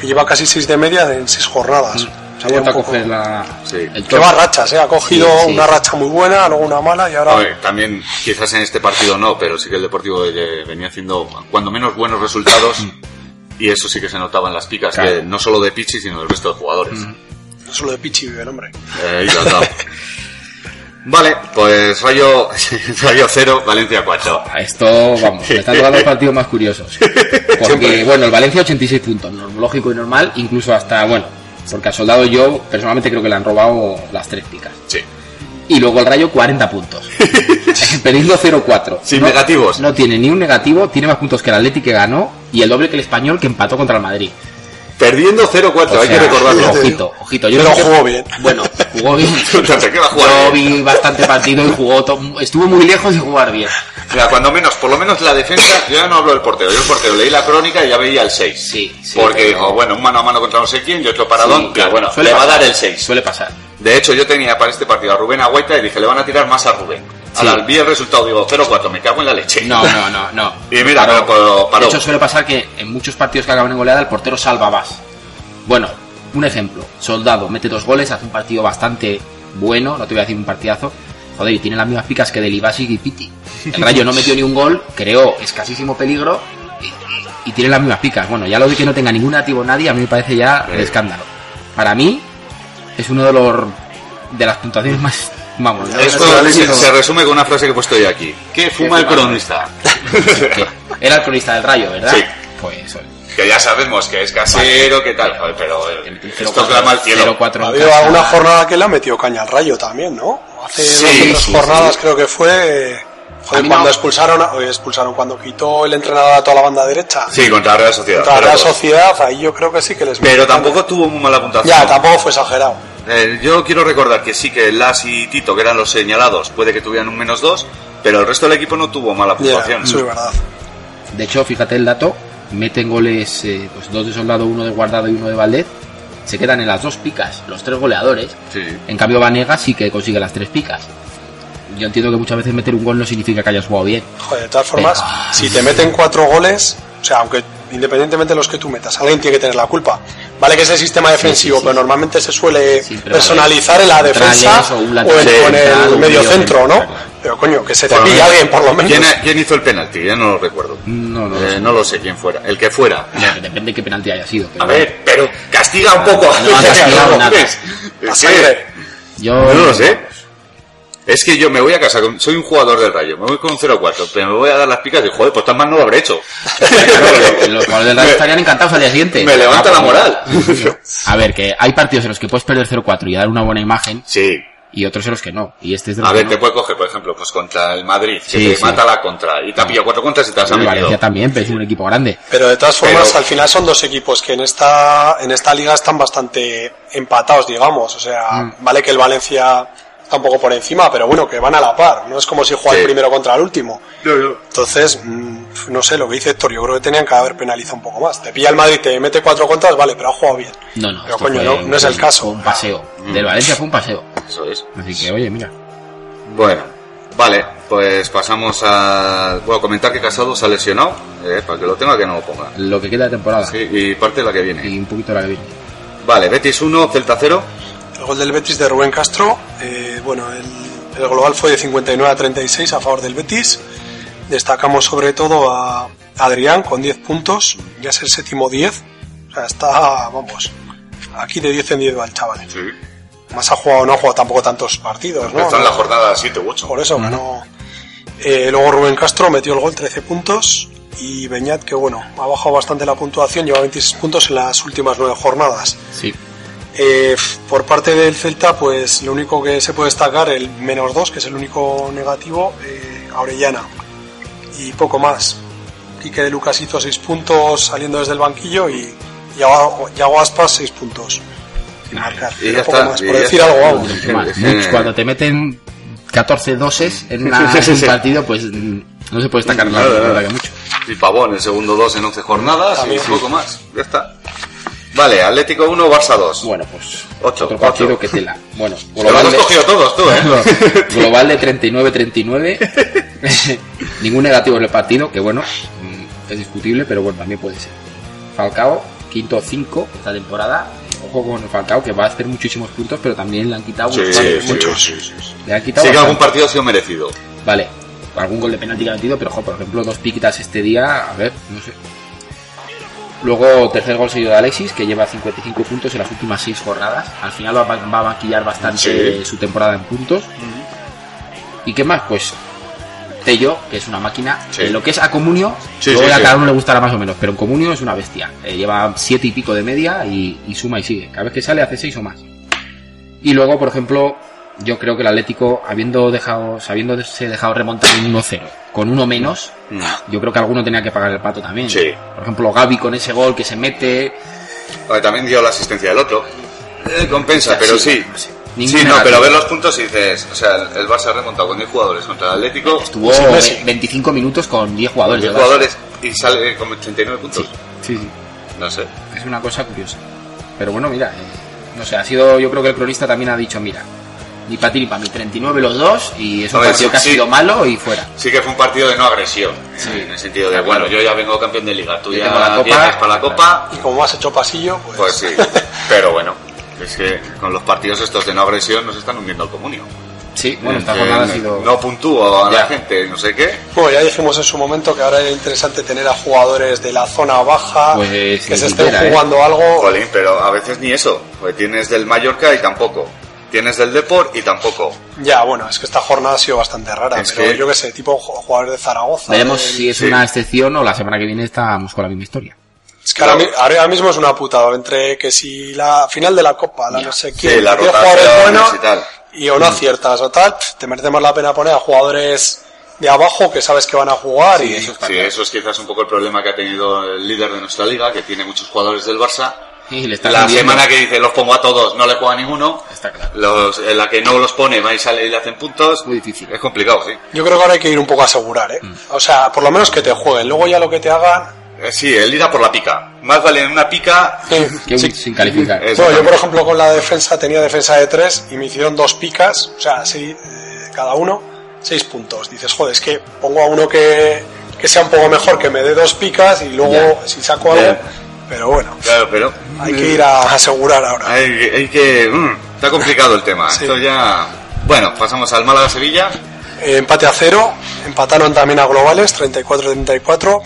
Speaker 2: que lleva casi 6 de media en 6 jornadas.
Speaker 5: Se
Speaker 2: Sería
Speaker 5: ha vuelto a
Speaker 2: un poco-
Speaker 5: coger la...
Speaker 3: Sí.
Speaker 5: el
Speaker 2: Que
Speaker 5: tono.
Speaker 2: va a rachas, ¿eh? ha cogido
Speaker 5: Sí, sí.
Speaker 2: una racha muy buena, luego una mala y ahora...
Speaker 3: A ver, también quizás en este partido no, pero sí que el Deportivo eh, venía haciendo cuando menos buenos resultados y eso sí que se notaba en las picas,
Speaker 5: Claro.
Speaker 3: que no solo de Pichi, sino del resto de jugadores.
Speaker 2: No solo de Pichi vive el hombre.
Speaker 3: Eh, y lo daba. vale, pues Rayo, Rayo 0, Valencia 4.
Speaker 5: A esto, vamos, me están tocando los partidos más curiosos. Porque, bueno, el Valencia 86 puntos, no- lógico y normal, incluso hasta, bueno, porque a Soldado yo personalmente creo que le han robado las tres picas.
Speaker 3: Sí.
Speaker 5: Y luego el Rayo 40 puntos. Perdiendo 0-4.
Speaker 3: Sin negativos.
Speaker 5: No tiene ni un negativo, tiene más puntos que el Atleti que ganó y el doble que el Español que empató contra el Madrid.
Speaker 3: Perdiendo 0-4,
Speaker 5: O
Speaker 3: hay que
Speaker 5: sea,
Speaker 3: recordarlo.
Speaker 5: Ojito, ojito. Yo
Speaker 2: Pero
Speaker 5: creo que-
Speaker 2: jugó bien.
Speaker 5: Bueno, jugó bien.
Speaker 3: ¿Qué va a jugar
Speaker 5: Yo
Speaker 3: bien?
Speaker 5: vi bastante partido y jugó, to- estuvo muy lejos de jugar bien.
Speaker 3: O sea, cuando menos, por lo menos la defensa, yo ya no hablo del portero, yo el portero leí la crónica y ya veía el 6.
Speaker 5: Sí, sí,
Speaker 3: Porque
Speaker 5: pero-
Speaker 3: dijo, bueno, un mano a mano contra no sé quién y otro paradón,
Speaker 5: Sí,
Speaker 3: que, bueno,
Speaker 5: suele
Speaker 3: le va a
Speaker 5: pasar.
Speaker 3: dar el 6.
Speaker 5: Suele pasar.
Speaker 3: De hecho, yo tenía para este partido a Rubén Agüeta y dije, le van a tirar más a Rubén.
Speaker 5: Sí.
Speaker 3: Ahora vi el resultado, digo 0-4, me cago en la leche.
Speaker 5: No, no, no, no.
Speaker 3: Y mira,
Speaker 5: Paró.
Speaker 3: paró, paró.
Speaker 5: De hecho, suele pasar que en muchos partidos que acaban en goleada, el portero salva más. Bueno, un ejemplo. Soldado mete dos goles, hace un partido bastante bueno, no te voy a decir un partidazo. Joder, y tiene las mismas picas que del Ibasi y Piti. El Rayo no metió ni un gol, creó escasísimo peligro y, y- y tiene las mismas picas. Bueno, ya lo de que no tenga ningún nativo nadie, a mí me parece ya un
Speaker 3: Sí.
Speaker 5: escándalo. Para mí, es uno de los de las puntuaciones más. Vamos, no
Speaker 3: Esto
Speaker 5: sé si
Speaker 3: se,
Speaker 5: lo-
Speaker 3: se resume con una frase que he puesto yo aquí. ¿Qué fuma el
Speaker 5: fuma?
Speaker 3: cronista?
Speaker 5: Sí. Era el cronista del Rayo, ¿verdad?
Speaker 3: Sí.
Speaker 5: Pues oye,
Speaker 3: que ya sabemos que es casero, que tal, joder, pero eh, esto clama al cielo.
Speaker 5: 04
Speaker 2: Ha
Speaker 5: en
Speaker 2: habido
Speaker 5: casa.
Speaker 2: alguna jornada que le ha metido caña al rayo también, ¿no? Hace
Speaker 3: Sí,
Speaker 2: dos o tres
Speaker 3: sí,
Speaker 2: jornadas creo que fue. joder,
Speaker 5: A mí
Speaker 2: cuando
Speaker 5: no.
Speaker 2: expulsaron, a- oye, expulsaron, cuando quitó el entrenador a toda la banda derecha.
Speaker 3: Sí, contra la Real Sociedad.
Speaker 2: Contra
Speaker 3: pero,
Speaker 2: la sociedad, ahí yo creo que sí que les
Speaker 3: pero
Speaker 2: metió
Speaker 3: tampoco tuvo muy mala
Speaker 2: caña.
Speaker 3: puntuación.
Speaker 2: Ya, tampoco fue exagerado.
Speaker 3: Eh, yo quiero recordar que sí que Las y Tito, que eran los señalados, puede que tuvieran un menos dos, pero el resto del equipo no tuvo mala
Speaker 2: Ya,
Speaker 3: puntuación.
Speaker 2: eso es verdad.
Speaker 5: De hecho, fíjate el dato, meten goles eh, pues, dos de Soldado, uno de Guardado y uno de Valdez. Se quedan en las dos picas, los tres goleadores.
Speaker 3: Sí.
Speaker 5: En cambio, Vanega sí que consigue las tres picas. Yo entiendo que muchas veces meter un gol no significa que hayas jugado bien.
Speaker 2: Joder, de todas formas,
Speaker 5: Pero-
Speaker 2: si te meten cuatro goles, o sea, aunque independientemente de los que tú metas, alguien tiene que tener la culpa. Vale que es el sistema defensivo,
Speaker 5: sí, sí.
Speaker 2: pero normalmente se suele
Speaker 5: Sí, pero
Speaker 2: personalizar en la
Speaker 5: centrales
Speaker 2: defensa
Speaker 5: o
Speaker 2: o,
Speaker 5: un
Speaker 2: en,
Speaker 5: lateral
Speaker 2: o en
Speaker 5: central,
Speaker 2: el
Speaker 5: un
Speaker 2: medio
Speaker 5: medio
Speaker 2: centro,
Speaker 5: centro,
Speaker 2: ¿no?
Speaker 5: claro.
Speaker 2: Pero coño, que se
Speaker 3: Por lo
Speaker 2: cepilla
Speaker 3: menos.
Speaker 2: bien, por lo menos.
Speaker 3: ¿Quién, quién hizo el penalti? Ya no lo recuerdo.
Speaker 5: No, no lo
Speaker 3: Eh,
Speaker 5: sé.
Speaker 3: no lo sé quién fuera. El que fuera.
Speaker 5: Bueno, Depende de qué penalti haya sido. pero
Speaker 3: A ver, pero castiga un poco.
Speaker 5: No ha castigado nada.
Speaker 3: Es
Speaker 2: La
Speaker 3: que-
Speaker 2: sangre.
Speaker 5: Yo
Speaker 3: No lo sé. Es que yo me voy a casa, con- soy un jugador del rayo, me voy con un 0-4, pero me voy a dar las picas y joder, pues tan mal no lo habré hecho.
Speaker 5: Los jugadores del Rayo estarían encantados al día siguiente.
Speaker 3: me levanta
Speaker 5: Ah,
Speaker 3: la
Speaker 5: pues,
Speaker 3: moral.
Speaker 5: A ver, que hay partidos en los que puedes perder 0-4 y dar una buena imagen,
Speaker 3: Sí.
Speaker 5: y otros en los que no. Y este es de los
Speaker 3: A
Speaker 5: que
Speaker 3: ver,
Speaker 5: no.
Speaker 3: te puede coger, por ejemplo, pues contra el Madrid, que
Speaker 5: Sí,
Speaker 3: te
Speaker 5: sí.
Speaker 3: mata la contra, y te ha pillado cuatro contras y te has
Speaker 5: Y
Speaker 3: avenido.
Speaker 5: Valencia también, pero es un equipo grande.
Speaker 2: Pero de todas formas,
Speaker 3: Pero-
Speaker 2: al final son dos equipos que en esta, en esta liga están bastante empatados, digamos. O sea,
Speaker 5: Mm.
Speaker 2: vale que el Valencia está un poco por encima, pero bueno, que van a la par. No es como si juega
Speaker 3: Sí.
Speaker 2: el primero contra el último. Entonces, mm, no sé, lo que dice Héctor, yo creo que tenían que haber penalizado un poco más. Te pilla el Madrid, te mete cuatro contras, vale, pero ha jugado bien.
Speaker 5: No, no,
Speaker 2: Pero
Speaker 5: esto
Speaker 2: coño,
Speaker 5: fue
Speaker 2: no,
Speaker 5: un-
Speaker 2: no es el
Speaker 5: fue
Speaker 2: caso.
Speaker 5: un paseo. Del Valencia fue un paseo.
Speaker 3: Eso es.
Speaker 5: Mm. Así que, oye, mira.
Speaker 3: Bueno, vale, pues pasamos a... Bueno, comentar que Casado se ha lesionado, eh, para que lo tenga que no lo ponga.
Speaker 5: Lo que queda de temporada.
Speaker 3: Sí, y parte de la que viene.
Speaker 5: Y un poquito la que viene.
Speaker 3: Vale, Betis 1, Celta 0.
Speaker 2: El gol del Betis de Rubén Castro, eh, bueno, el, el global fue de 59 a 36 a favor del Betis. Destacamos sobre todo a Adrián con 10 puntos, ya es el séptimo 10. O sea, está, vamos, aquí de 10 en 10 va el chaval.
Speaker 3: Sí.
Speaker 2: Más ha jugado, no ha jugado tampoco tantos partidos, ¿no?
Speaker 3: Está en la jornada 7 u 8.
Speaker 2: Por eso que no. Eh, luego Rubén Castro metió el gol 13 puntos y Beñat, que bueno, ha bajado bastante la puntuación, lleva 26 puntos en las últimas 9 jornadas.
Speaker 5: Sí.
Speaker 2: Eh, por parte del Celta, pues lo único que se puede destacar, el menos 2, que es el único negativo, eh, Aurellana. Y poco más. Quique de Lucas hizo 6 puntos saliendo desde el banquillo y Yago Yago Aspas 6 puntos. Sin marcar.
Speaker 3: Y ya
Speaker 2: Pero poco
Speaker 3: está,
Speaker 2: más,
Speaker 3: y
Speaker 2: por
Speaker 3: ya
Speaker 2: decir
Speaker 3: está.
Speaker 2: algo, vamos.
Speaker 5: Mal. Mucho- Cuando te meten 14 doses en, una- en un partido, pues mm, no se puede destacar la,
Speaker 3: Nada,
Speaker 5: la
Speaker 3: nada.
Speaker 5: verdad que mucho.
Speaker 3: Y Pavón, el segundo 2 en 11 jornadas y
Speaker 2: También.
Speaker 3: un poco más. Ya está. Vale, Atlético 1, Barça 2.
Speaker 5: Bueno, pues
Speaker 3: Ocho,
Speaker 5: otro partido
Speaker 3: ocho.
Speaker 5: que tela. Bueno,
Speaker 3: Te lo
Speaker 5: global
Speaker 3: has
Speaker 5: de,
Speaker 3: cogido todos tú, ¿eh?
Speaker 5: global de 39-39. Ningún negativo en el partido, que bueno, mm, es discutible, pero bueno, también puede ser. Falcao, quinto 5 esta temporada. Ojo con el Falcao, que va a hacer muchísimos puntos, pero también le han quitado
Speaker 3: Sí,
Speaker 5: muchos.
Speaker 3: sí, sí,
Speaker 5: muchos.
Speaker 3: sí, sí, sí.
Speaker 5: Le han quitado
Speaker 3: Sí que algún
Speaker 5: bastante.
Speaker 3: partido ha sido merecido.
Speaker 5: Vale, algún gol de penalti que ha metido, pero ojo, por ejemplo, dos piquitas este día, a ver, no sé. Luego, tercer gol seguido de Alexis, que lleva 55 puntos en las últimas 6 jornadas. Al final va, va a maquillar bastante
Speaker 3: Sí.
Speaker 5: su temporada en puntos. ¿Y qué más? Pues Tello, que es una máquina.
Speaker 3: Sí.
Speaker 5: En Lo que es a Comunio,
Speaker 3: Sí,
Speaker 5: luego
Speaker 3: sí,
Speaker 5: ya
Speaker 3: sí.
Speaker 5: cada uno le gustará más o menos, pero en Comunio es una bestia. Eh, lleva 7 y pico de media y, y suma y sigue. Cada vez que sale hace 6 o más. Y luego, por ejemplo, yo creo que el Atlético, habiendo dejado, habiéndose dejado remontar un 1-0, con uno menos, yo creo que alguno tenía que pagar el pato también.
Speaker 3: Sí.
Speaker 5: Por ejemplo, Gaby con ese gol que se mete.
Speaker 3: Vale, también dio la asistencia del otro. Eh, compensa,
Speaker 5: O sea,
Speaker 3: pero
Speaker 5: sí,
Speaker 3: sí.
Speaker 5: no sé.
Speaker 3: Sí,
Speaker 5: Ningún
Speaker 3: no,
Speaker 5: negativo.
Speaker 3: pero ver los puntos y dices, o sea, el- el Barça ha remontado con 10 jugadores contra el Atlético.
Speaker 5: Tuvo
Speaker 2: Sí, Messi.
Speaker 5: ve- 25 minutos con 10 jugadores.
Speaker 3: 10
Speaker 5: ¿verdad?
Speaker 3: jugadores y sale con 89 puntos.
Speaker 5: Sí, sí.
Speaker 3: No sé.
Speaker 5: Es una cosa curiosa. Pero bueno, mira, eh, no sé, ha sido, yo creo que el cronista también ha dicho, mira, Ni para ti ni para mí. 39 los dos y es un
Speaker 3: A ver,
Speaker 5: partido
Speaker 3: sí,
Speaker 5: que ha
Speaker 3: sí.
Speaker 5: sido malo y fuera.
Speaker 3: Sí que fue un partido de no agresión. En el sentido de, bueno, yo ya vengo campeón de liga, tú
Speaker 5: Yo
Speaker 3: ya
Speaker 5: tengo la copa.
Speaker 3: vienes para la copa.
Speaker 2: Y como has hecho pasillo, pues,
Speaker 3: Pues sí. Pero bueno, es que con los partidos estos de no agresión nos están hundiendo el comunio.
Speaker 5: Sí, bueno, esta
Speaker 3: Que
Speaker 5: jornada ha
Speaker 3: no-
Speaker 5: sido...
Speaker 3: eh, No puntúo a la
Speaker 5: Ya.
Speaker 3: gente, no sé qué.
Speaker 2: Bueno, ya dijimos en su momento que ahora era interesante tener a jugadores de la zona baja
Speaker 5: Pues,
Speaker 2: que
Speaker 5: ni
Speaker 2: se estén
Speaker 5: siquiera, ¿eh?
Speaker 2: jugando algo.
Speaker 3: Jolín, pero a veces ni eso. Porque tienes del Mallorca y tampoco. Tienes del Deport y tampoco.
Speaker 2: Ya, bueno, es que esta jornada ha sido bastante rara,
Speaker 3: Es
Speaker 2: pero
Speaker 3: que-
Speaker 2: yo qué sé, tipo ju- jugadores de Zaragoza.
Speaker 5: Veremos
Speaker 2: de-
Speaker 5: si es
Speaker 3: sí.
Speaker 5: una excepción o la semana que viene estamos con la misma historia.
Speaker 2: Es que ahora, mi- ahora mismo es una putada entre que si la final de la Copa, la no sé quién,
Speaker 3: Sí, la
Speaker 2: que tiene
Speaker 3: rotación
Speaker 2: jugadores buenos
Speaker 3: y tal. Mm.
Speaker 2: y o no aciertas o tal, te merecemos la pena poner a jugadores de abajo que sabes que van a jugar y
Speaker 5: eso
Speaker 3: Sí, eso es quizás un poco el problema que ha tenido el líder de nuestra liga, que tiene muchos jugadores del Barça.
Speaker 5: Y le está
Speaker 3: La
Speaker 5: hundiendo.
Speaker 3: semana que dice los pongo a todos, no le juega a ninguno.
Speaker 5: Está claro.
Speaker 3: Los, en la que no los pone, va y sale y le hacen puntos.
Speaker 5: Muy difícil.
Speaker 3: Es complicado, sí.
Speaker 2: yo creo que ahora hay que ir un poco a asegurar, ¿eh?
Speaker 3: Mm.
Speaker 2: O sea, por lo menos que te jueguen, luego ya lo que te hagan...
Speaker 3: Eh, Sí, el ida por la pica. Más vale en una pica.
Speaker 5: Que
Speaker 2: Sí. Eh,
Speaker 5: sin calificar.
Speaker 3: Es-
Speaker 2: Bueno, yo por ejemplo con la defensa tenía defensa de tres y me hicieron dos picas, o sea, sí, eh, cada uno, seis puntos. Dices, joder, es que pongo a uno que, que sea un poco mejor, que me dé dos picas y luego si saco algo,
Speaker 3: Ya.
Speaker 2: pero bueno.
Speaker 3: Claro, pero.
Speaker 2: Hay que ir a asegurar ahora.
Speaker 3: Hay, hay que. mm, está complicado el tema.
Speaker 2: Sí.
Speaker 3: Esto ya. Bueno, pasamos al Málaga Sevilla.
Speaker 2: Eh, empate a cero. Empataron también a globales, 34-34.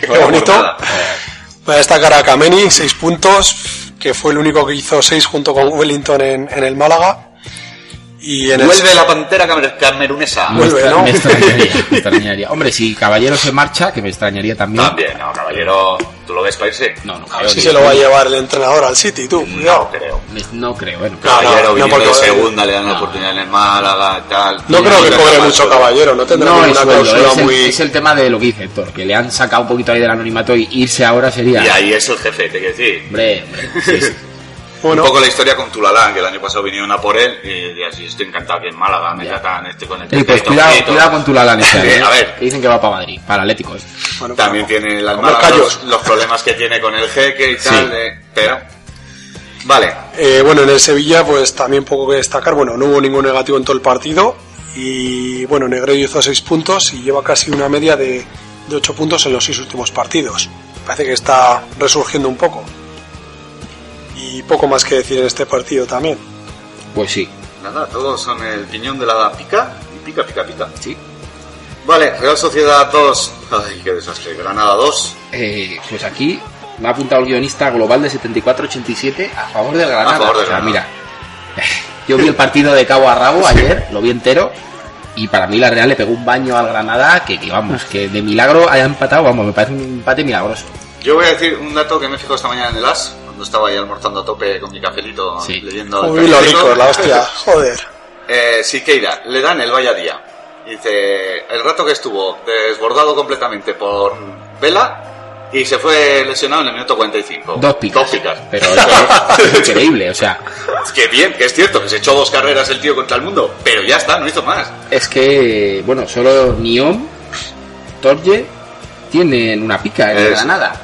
Speaker 2: Qué bonito.
Speaker 3: jornada.
Speaker 2: Voy a destacar a Kameni, 6 puntos, que fue el único que hizo 6 junto con Wellington en, en el Málaga. Y en el...
Speaker 3: Vuelve la pantera camer- camerunesa.
Speaker 5: Me
Speaker 2: vuelve,
Speaker 5: extra-
Speaker 2: ¿no?
Speaker 5: me extrañaría, me extrañaría. Hombre, si Caballero se marcha, que me extrañaría también.
Speaker 3: También, no, caballero. ¿Tú lo ves para irse?
Speaker 5: No, no,
Speaker 2: A
Speaker 5: creo.
Speaker 2: ver si
Speaker 5: ni-
Speaker 2: se lo va a llevar el entrenador al City, tú.
Speaker 5: Mm.
Speaker 3: No creo.
Speaker 5: me- No creo, bueno.
Speaker 3: Caballero
Speaker 2: no,
Speaker 3: viniendo
Speaker 2: porque-
Speaker 3: de segunda, le dan la oportunidad en el Málaga, tal.
Speaker 2: No
Speaker 3: Y
Speaker 2: creo que
Speaker 3: le
Speaker 2: cobre
Speaker 3: sacan
Speaker 2: mucho
Speaker 3: sueldo.
Speaker 2: caballero, no tendrá
Speaker 5: No, el
Speaker 2: ninguna
Speaker 5: sueldo,
Speaker 2: cláusula
Speaker 5: es, el,
Speaker 2: muy...
Speaker 5: es el tema de lo que dice Héctor, que le han sacado un poquito ahí del anonimato y irse ahora sería...
Speaker 3: Y ahí es el jefe, te quiero decir.
Speaker 5: Hombre, hombre, sí, sí.
Speaker 2: Bueno,
Speaker 3: Un poco la historia con Tulalán, que el año pasado vinieron a por él y de así estoy encantado que en Málaga me tratan este con el
Speaker 5: Ey, pues
Speaker 3: teto,
Speaker 5: cuidado,
Speaker 3: teto.
Speaker 5: cuidado con tu Lala en este año, ¿eh?
Speaker 3: A ver.
Speaker 5: Que dicen que va para Madrid, para Atlético. ¿eh?
Speaker 2: bueno,
Speaker 3: También tiene el
Speaker 2: Como el
Speaker 3: Málaga
Speaker 2: Callos.
Speaker 3: los, los problemas que tiene con el jeque y tal,
Speaker 5: Sí.
Speaker 3: eh, pero... Vale,
Speaker 2: Eh, bueno, en el Sevilla, pues también poco que destacar. Bueno, no hubo ningún negativo en todo el partido. Y bueno, Negredo hizo 6 puntos y lleva casi una media de, de 8 puntos en los 6 últimos partidos. Parece que está resurgiendo un poco. Y poco más que decir en este partido también.
Speaker 5: Pues sí.
Speaker 3: nada, todos son el piñón de la pica y pica, pica, pica.
Speaker 5: Sí.
Speaker 3: Vale, Real Sociedad 2. Ay, qué desastre. Granada 2.
Speaker 5: Eh, pues aquí me ha apuntado el guionista global de 74-87 a favor del Granada.
Speaker 3: A favor del
Speaker 5: O sea,
Speaker 3: Granada.
Speaker 5: mira, yo vi el partido de cabo a rabo ayer, lo vi entero, y para mí la Real le pegó un baño al Granada que, que vamos, que de milagro haya empatado, vamos, me parece un empate milagroso.
Speaker 3: Yo voy a decir un dato que me fijó esta mañana en el AS, cuando estaba ahí almorzando a tope con mi cafelito,
Speaker 5: Sí.
Speaker 3: leyendo... el
Speaker 2: Uy, lo
Speaker 3: periódico.
Speaker 2: rico, la hostia. Joder.
Speaker 3: Eh, Siqueira, le dan el vaya día. Dice, el rato que estuvo desbordado completamente por Vela y se fue lesionado en el minuto 45.
Speaker 5: Dos picas.
Speaker 3: Dos picas.
Speaker 5: Pero eso es increíble, o sea,
Speaker 3: Es que bien, que es cierto, que se echó dos carreras el tío contra el mundo, pero ya está, no hizo más.
Speaker 5: es que, bueno, solo Niom, Torje, tienen una pica en el
Speaker 3: Eso.
Speaker 5: Granada.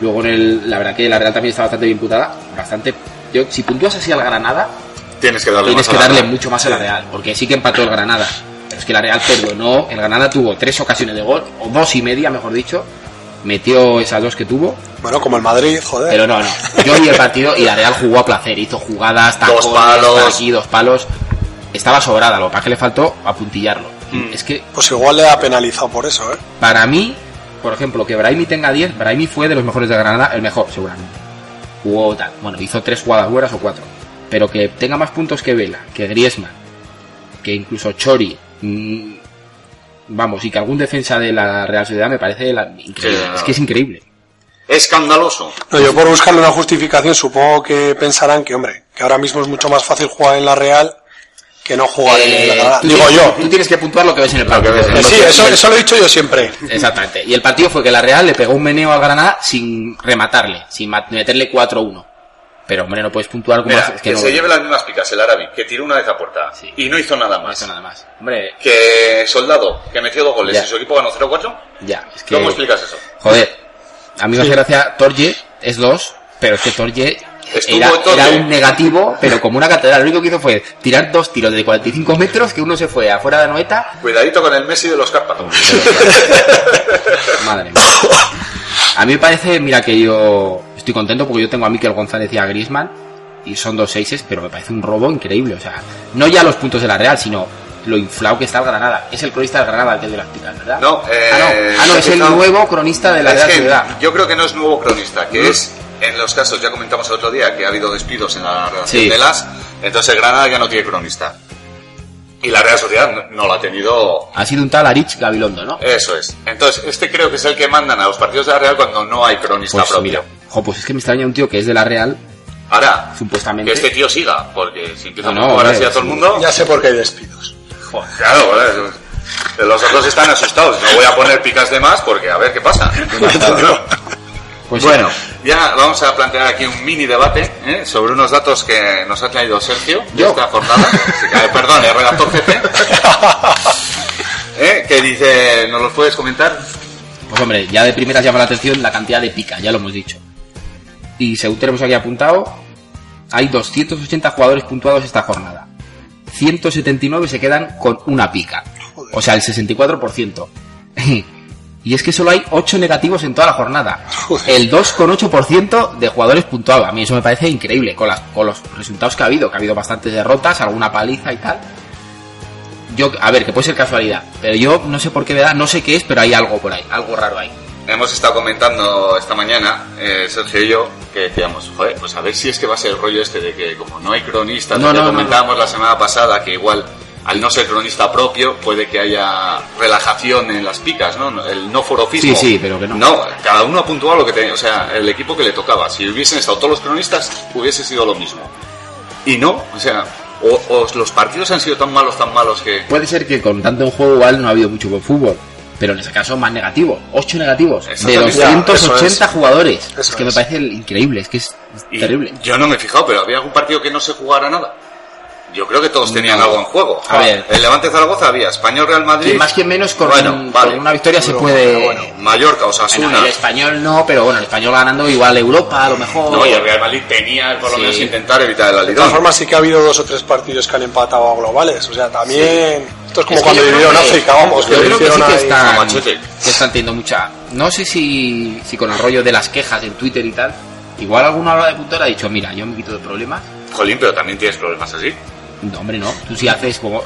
Speaker 5: Luego en el, la verdad que la Real también está bastante bien putada, bastante... Yo, si puntúas así al Granada,
Speaker 3: Tienes que darle
Speaker 5: tienes
Speaker 3: más
Speaker 5: que
Speaker 3: a la
Speaker 5: darle
Speaker 3: Real.
Speaker 5: mucho más a la Real, porque sí que empató el Granada. Pero es que la Real perdonó, el Granada tuvo tres ocasiones de gol, o dos y media, mejor dicho, metió esas dos que tuvo,
Speaker 2: Bueno, como el Madrid, joder.
Speaker 5: pero no, no. Yo vi el partido y la Real jugó a placer, hizo jugadas, tacones,
Speaker 3: Dos palos.
Speaker 5: para aquí, dos palos. Estaba sobrada, lo que pasa que le faltó apuntillarlo. Y
Speaker 3: Mm.
Speaker 5: Es que
Speaker 2: Pues igual le ha penalizado por eso, ¿eh?
Speaker 5: para mí, por ejemplo, que Brahimi tenga 10, Brahimi fue de los mejores de Granada, el mejor, seguramente. Jugó tal. Bueno, hizo tres jugadas buenas o cuatro. Pero que tenga más puntos que Vela, que Griezmann, que incluso Chori. mm, vamos, y que algún defensa de la Real Sociedad me parece la- increíble.
Speaker 3: Sí, no, no.
Speaker 5: Es que es increíble.
Speaker 3: Escandaloso.
Speaker 2: No, yo por buscarle una justificación supongo que pensarán que, hombre, que ahora mismo es mucho más fácil jugar en la Real que no jugar en la
Speaker 5: Eh,
Speaker 2: Granada.
Speaker 5: tú
Speaker 2: Digo
Speaker 5: tienes-
Speaker 2: yo.
Speaker 5: Tú tienes que puntuar lo que ves en el partido.
Speaker 3: ves en
Speaker 2: Que sí, eso, eso lo he dicho yo siempre.
Speaker 5: Exactamente. Y el partido fue que la Real le pegó un meneo al Granada sin rematarle, sin ma- meterle 4-1. Pero, hombre, no puedes puntuar como
Speaker 3: Mira,
Speaker 5: haces-
Speaker 3: que,
Speaker 5: no-
Speaker 3: se lleve las mismas picas el árabe, que tiró una vez a puerta
Speaker 5: Sí.
Speaker 3: y no hizo nada
Speaker 5: no
Speaker 3: más.
Speaker 5: hizo nada más. Hombre,
Speaker 3: Que Soldado, que metió dos goles
Speaker 5: Ya.
Speaker 3: y su equipo ganó 0-4,
Speaker 5: ya. Es que,
Speaker 3: ¿cómo explicas eso?
Speaker 5: Joder. A mí me hace gracia Torje, es 2, pero es que Torje
Speaker 3: Estuvo
Speaker 5: Era,
Speaker 3: tote.
Speaker 5: era un negativo, pero como una catedral. Lo único que hizo fue tirar dos tiros de 45 metros, que uno se fue afuera de la noeta.
Speaker 3: Cuidadito con el Messi de los Cárpatos.
Speaker 5: Madre mía. A mí me parece, mira, que yo estoy contento porque yo tengo a Miquel González y a Grisman, y son dos seises, pero me parece un robo increíble. O sea, no ya los puntos de la Real, sino lo inflado que está el Granada. Es el cronista del Granada el que es de las picas, ¿verdad?
Speaker 3: No, eh,
Speaker 5: ah, no, Ah, no, es el
Speaker 3: no.
Speaker 5: nuevo cronista de la
Speaker 3: Es
Speaker 5: Real
Speaker 3: que
Speaker 5: Sociedad.
Speaker 3: yo creo que no es nuevo cronista,
Speaker 5: Mm.
Speaker 3: que es en los casos, ya comentamos el otro día, que ha habido despidos en la redacción
Speaker 5: Sí.
Speaker 3: de las, entonces el Granada ya no tiene cronista. Y la Real Sociedad no, no lo ha tenido.
Speaker 5: Ha sido un tal Arich Gabilondo, ¿no?
Speaker 3: Eso es. Entonces, este creo que es el que mandan a los partidos de la Real cuando no hay cronista
Speaker 5: Pues
Speaker 3: propio.
Speaker 5: mira, jo, pues es que me extraña un tío que es de la Real,
Speaker 3: Ahora,
Speaker 5: supuestamente.
Speaker 3: que este tío siga, porque si empieza
Speaker 5: No,
Speaker 3: a
Speaker 5: no,
Speaker 3: jugar
Speaker 5: hombre,
Speaker 3: así a todo el
Speaker 5: sí.
Speaker 3: mundo,
Speaker 2: Ya sé por qué hay despidos.
Speaker 3: claro, bueno, los otros están asustados. No voy a poner picas de más porque a ver qué pasa.
Speaker 5: Pues
Speaker 3: Bueno, ya vamos a plantear aquí un mini debate ¿eh? sobre unos datos que nos ha traído Sergio de
Speaker 5: Yo.
Speaker 3: esta jornada. Así que, eh, perdón, el redactor jefe. ¿Eh? Que dice, ¿nos los puedes comentar?
Speaker 5: Pues hombre, ya de primeras llama la atención la cantidad de pica, ya lo hemos dicho. Y según tenemos aquí apuntado, hay 280 jugadores puntuados esta jornada. 179 se quedan con una pica. O sea, el 64%. y es que solo hay 8 negativos en toda la jornada. El 2,8% de jugadores puntuados. A mí eso me parece increíble con, las- con los resultados que ha habido. Que ha habido bastantes derrotas, alguna paliza y tal. Yo, a ver, que puede ser casualidad. Pero yo no sé por qué, ¿verdad? No sé qué es, pero hay algo por ahí. Algo raro ahí.
Speaker 3: Hemos estado comentando esta mañana, eh, Sergio y yo, que decíamos, joder, pues a ver si es que va a ser el rollo este de que como no hay cronista,
Speaker 5: No,
Speaker 3: lo que
Speaker 5: no, no,
Speaker 3: comentábamos la semana pasada, que igual al no ser cronista propio puede que haya relajación en las picas, ¿no? El no forofismo.
Speaker 5: Sí, sí, pero que no.
Speaker 3: No, cada uno ha puntuado lo que tenía, o sea, el equipo que le tocaba. Si hubiesen estado todos los cronistas, hubiese sido lo mismo. Y no, o sea, o, o los partidos han sido tan malos, tan malos que...
Speaker 5: Puede ser que con tanto en juego igual no ha habido mucho buen fútbol, pero en ese caso más negativo, 8 negativos de
Speaker 3: Exactamente.
Speaker 5: 280
Speaker 2: Ya,
Speaker 5: jugadores.
Speaker 2: Eso
Speaker 5: Es que
Speaker 2: es.
Speaker 5: me parece increíble, es que es
Speaker 3: Y
Speaker 5: terrible.
Speaker 3: Yo no me he fijado, pero había algún partido que no se jugara nada. Yo creo que todos tenían algo en juego.
Speaker 5: A ver.
Speaker 3: El Levante Zaragoza había Español Real Madrid.
Speaker 5: Quien más que menos con,
Speaker 3: Bueno, vale.
Speaker 5: con una victoria se
Speaker 2: Bueno,
Speaker 5: puede...
Speaker 2: bueno,
Speaker 3: Mallorca, Osasuna.
Speaker 5: Bueno, el español no, pero bueno, el español ganando igual Europa a lo mejor.
Speaker 3: No, y el Real Madrid tenía por lo
Speaker 5: Sí.
Speaker 3: menos intentar evitar el
Speaker 2: De todas
Speaker 3: alidón.
Speaker 2: formas, sí que ha habido dos o tres partidos que han empatado a globales. O sea, también. Esto es como
Speaker 5: Es que
Speaker 2: cuando
Speaker 5: yo creo
Speaker 2: vivieron
Speaker 5: que-
Speaker 2: África, vamos, que
Speaker 5: yo
Speaker 2: lo
Speaker 5: creo que
Speaker 2: hicieron
Speaker 5: sí que
Speaker 2: ahí.
Speaker 5: están,
Speaker 3: a machete.
Speaker 5: que están teniendo mucha... No sé si, si con el rollo de las quejas en Twitter y tal, igual alguna hora de puntuar ha dicho, mira, yo me quito de problemas.
Speaker 3: Jolín, pero también tienes problemas así.
Speaker 5: No, hombre, no. Tú si haces como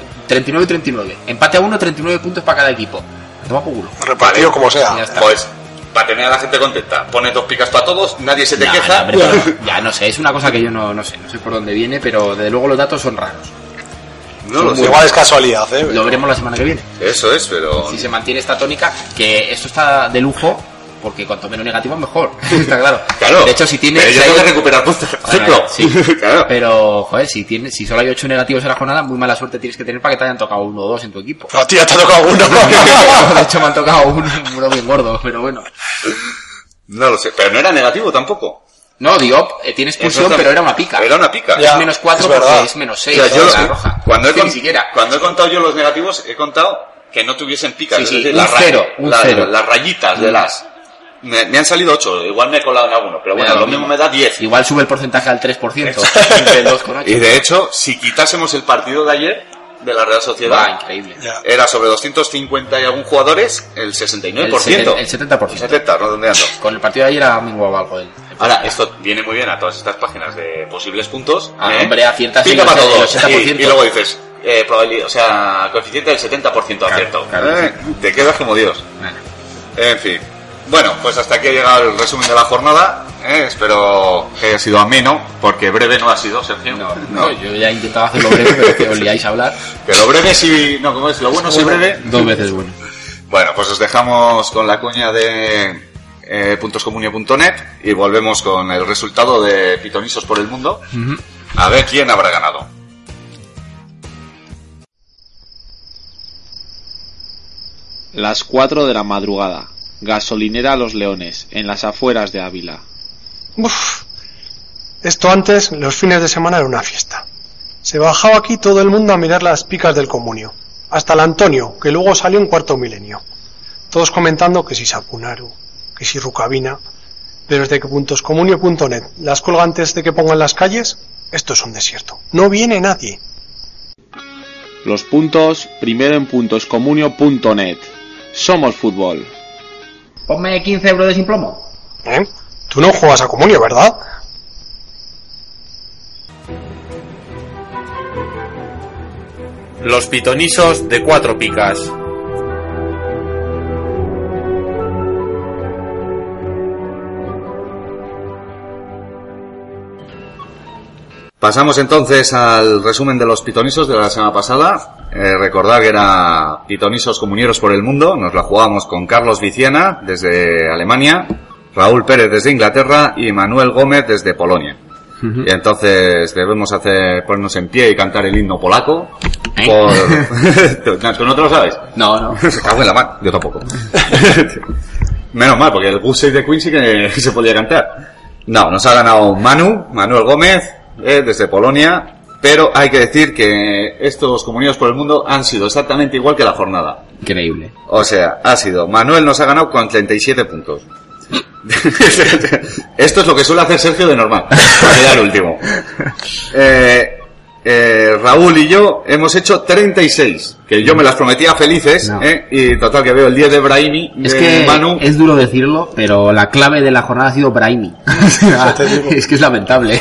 Speaker 5: 39-39. Empate a uno, 39 puntos para cada equipo. Toma por culo.
Speaker 2: Repartido como
Speaker 5: Ya
Speaker 2: sea.
Speaker 5: está.
Speaker 3: Pues, para tener a la gente contenta, pones dos picas para todos, nadie se te
Speaker 5: Ya,
Speaker 3: queja.
Speaker 5: no, hombre, pero ya no sé, es una cosa que yo no, no sé, no sé por dónde viene, pero desde luego los datos son raros.
Speaker 3: No lo sé.
Speaker 2: Pues Igual es casualidad, ¿eh?
Speaker 5: Lo veremos la semana que viene.
Speaker 3: Eso es, pero.
Speaker 5: Si se mantiene esta tónica, que esto está de lujo, porque cuanto menos negativo mejor. está claro.
Speaker 3: Claro.
Speaker 5: De hecho, si tiene.
Speaker 3: Pero yo
Speaker 5: si hay
Speaker 3: tengo que
Speaker 5: otro-
Speaker 3: recuperar puntos, por ejemplo.
Speaker 5: Bueno, sí. Eh.
Speaker 3: Claro.
Speaker 5: Pero, joder, si, tiene, si solo hay 8 negativos en la jornada, muy mala suerte tienes que tener para que te hayan tocado uno o dos en tu equipo.
Speaker 2: A ti ya te ha tocado uno.
Speaker 5: de hecho, me han tocado uno, uno bien gordo, pero bueno.
Speaker 3: No lo sé. Pero no era negativo tampoco.
Speaker 5: No, Diop, eh, tiene expulsión,
Speaker 3: Eso
Speaker 5: pero era una pica.
Speaker 3: Era una pica.
Speaker 2: Ya.
Speaker 5: Es menos 4
Speaker 2: es verdad.
Speaker 5: porque es menos 6.
Speaker 3: O sea, yo lo-
Speaker 5: roja.
Speaker 3: Cuando, he
Speaker 5: Es que
Speaker 3: con-
Speaker 5: ni siquiera.
Speaker 3: cuando he contado yo los negativos, he contado que no tuviesen picas.
Speaker 5: Sí,
Speaker 3: es
Speaker 5: sí,
Speaker 3: decir,
Speaker 5: un
Speaker 3: las ra-
Speaker 5: cero, un
Speaker 3: la-
Speaker 5: cero. Mm.
Speaker 3: Las rayitas de las. Me, me han salido ocho, igual me he colado en alguno, pero bueno,
Speaker 5: Mira,
Speaker 3: lo mismo me da 10.
Speaker 5: Igual sube el porcentaje al 3%. entre el 2,8.
Speaker 3: Y de hecho, si quitásemos el partido de ayer de la Real
Speaker 5: Va,
Speaker 3: Sociedad,
Speaker 5: increíble.
Speaker 2: Ya.
Speaker 3: era sobre 250 y algún jugadores, el 69%.
Speaker 5: El seten- el 70%.
Speaker 3: 70, redondeando.
Speaker 5: Con el partido de ayer a Mingo algo él.
Speaker 3: Ahora, esto viene muy bien a todas estas páginas de posibles puntos. ¿eh?
Speaker 5: Ah, hombre, aciertas
Speaker 3: Pica
Speaker 5: el
Speaker 3: para
Speaker 5: 80,
Speaker 3: todos.
Speaker 5: el
Speaker 3: Y,
Speaker 5: 80%.
Speaker 3: y luego dices, eh, probabilidad, o sea, coeficiente del 70% acierto.
Speaker 5: claro,
Speaker 3: Eh, Te quedas como Dios. En fin. Bueno, pues hasta aquí ha llegado el resumen de la jornada. eh, espero que haya sido ameno, porque breve no ha sido, Sergio.
Speaker 5: No, no, yo ya he intentado hacerlo breve, pero es que os liáis a hablar.
Speaker 3: Pero breve sí, no, como es, lo bueno sí breve.
Speaker 5: Dos veces bueno.
Speaker 3: Bueno, pues os dejamos con la cuña de eh, puntoscomunio.net y volvemos con el resultado de Pitonisos por el Mundo. A ver quién habrá ganado.
Speaker 6: Las 4 de la madrugada. Gasolinera Los Leones, en las afueras de Ávila.
Speaker 2: Uf. Esto antes, los fines de semana era una fiesta. Se bajaba aquí todo el mundo a mirar las picas del comunio. Hasta el Antonio, que luego salió en cuarto milenio. Todos comentando que si Sapunaru, que si Rucabina. desde que puntoscomunio.net las cuelga antes de que pongan las calles, esto es un desierto. No viene nadie.
Speaker 6: Los puntos, primero en puntoscomunio.net. Somos fútbol.
Speaker 5: Ponme 15 euros de sin plomo.
Speaker 2: ¿Eh? Tú no juegas a comunio, ¿verdad?
Speaker 7: Los pitonisos de cuatro picas.
Speaker 3: Pasamos entonces al resumen de los pitonisos de la semana pasada. Eh, recordar que era pitonisos comunieros por el mundo. Nos la jugábamos con Carlos Viciana desde Alemania, Raúl Pérez desde Inglaterra y Manuel Gómez desde Polonia. Y entonces debemos hacer ponernos en pie y cantar el himno polaco.
Speaker 5: ¿Eh?
Speaker 3: Por... ¿Tú no te lo sabes?
Speaker 5: No, no.
Speaker 3: Se cago en la mano. Yo tampoco. Menos mal, porque el Good Save de Quincy que se podía cantar. No, nos ha ganado Manu, Manuel Gómez, eh, desde Polonia. Pero hay que decir que estos comunidades por el mundo han sido exactamente igual que la jornada.
Speaker 5: Increíble.
Speaker 3: O sea, ha sido Manuel nos ha ganado con 37 puntos. Esto es lo que suele hacer Sergio de normal. Para quedar último. Eh, eh, Raúl y yo hemos hecho 36, que yo me las prometía felices,
Speaker 5: No.
Speaker 3: eh, y total que veo el 10 de Brahimi,
Speaker 5: Es
Speaker 3: de
Speaker 5: que
Speaker 3: Eh, Manu,
Speaker 5: es duro decirlo, pero la clave de la jornada ha sido Brahimi. O sea, es que es lamentable.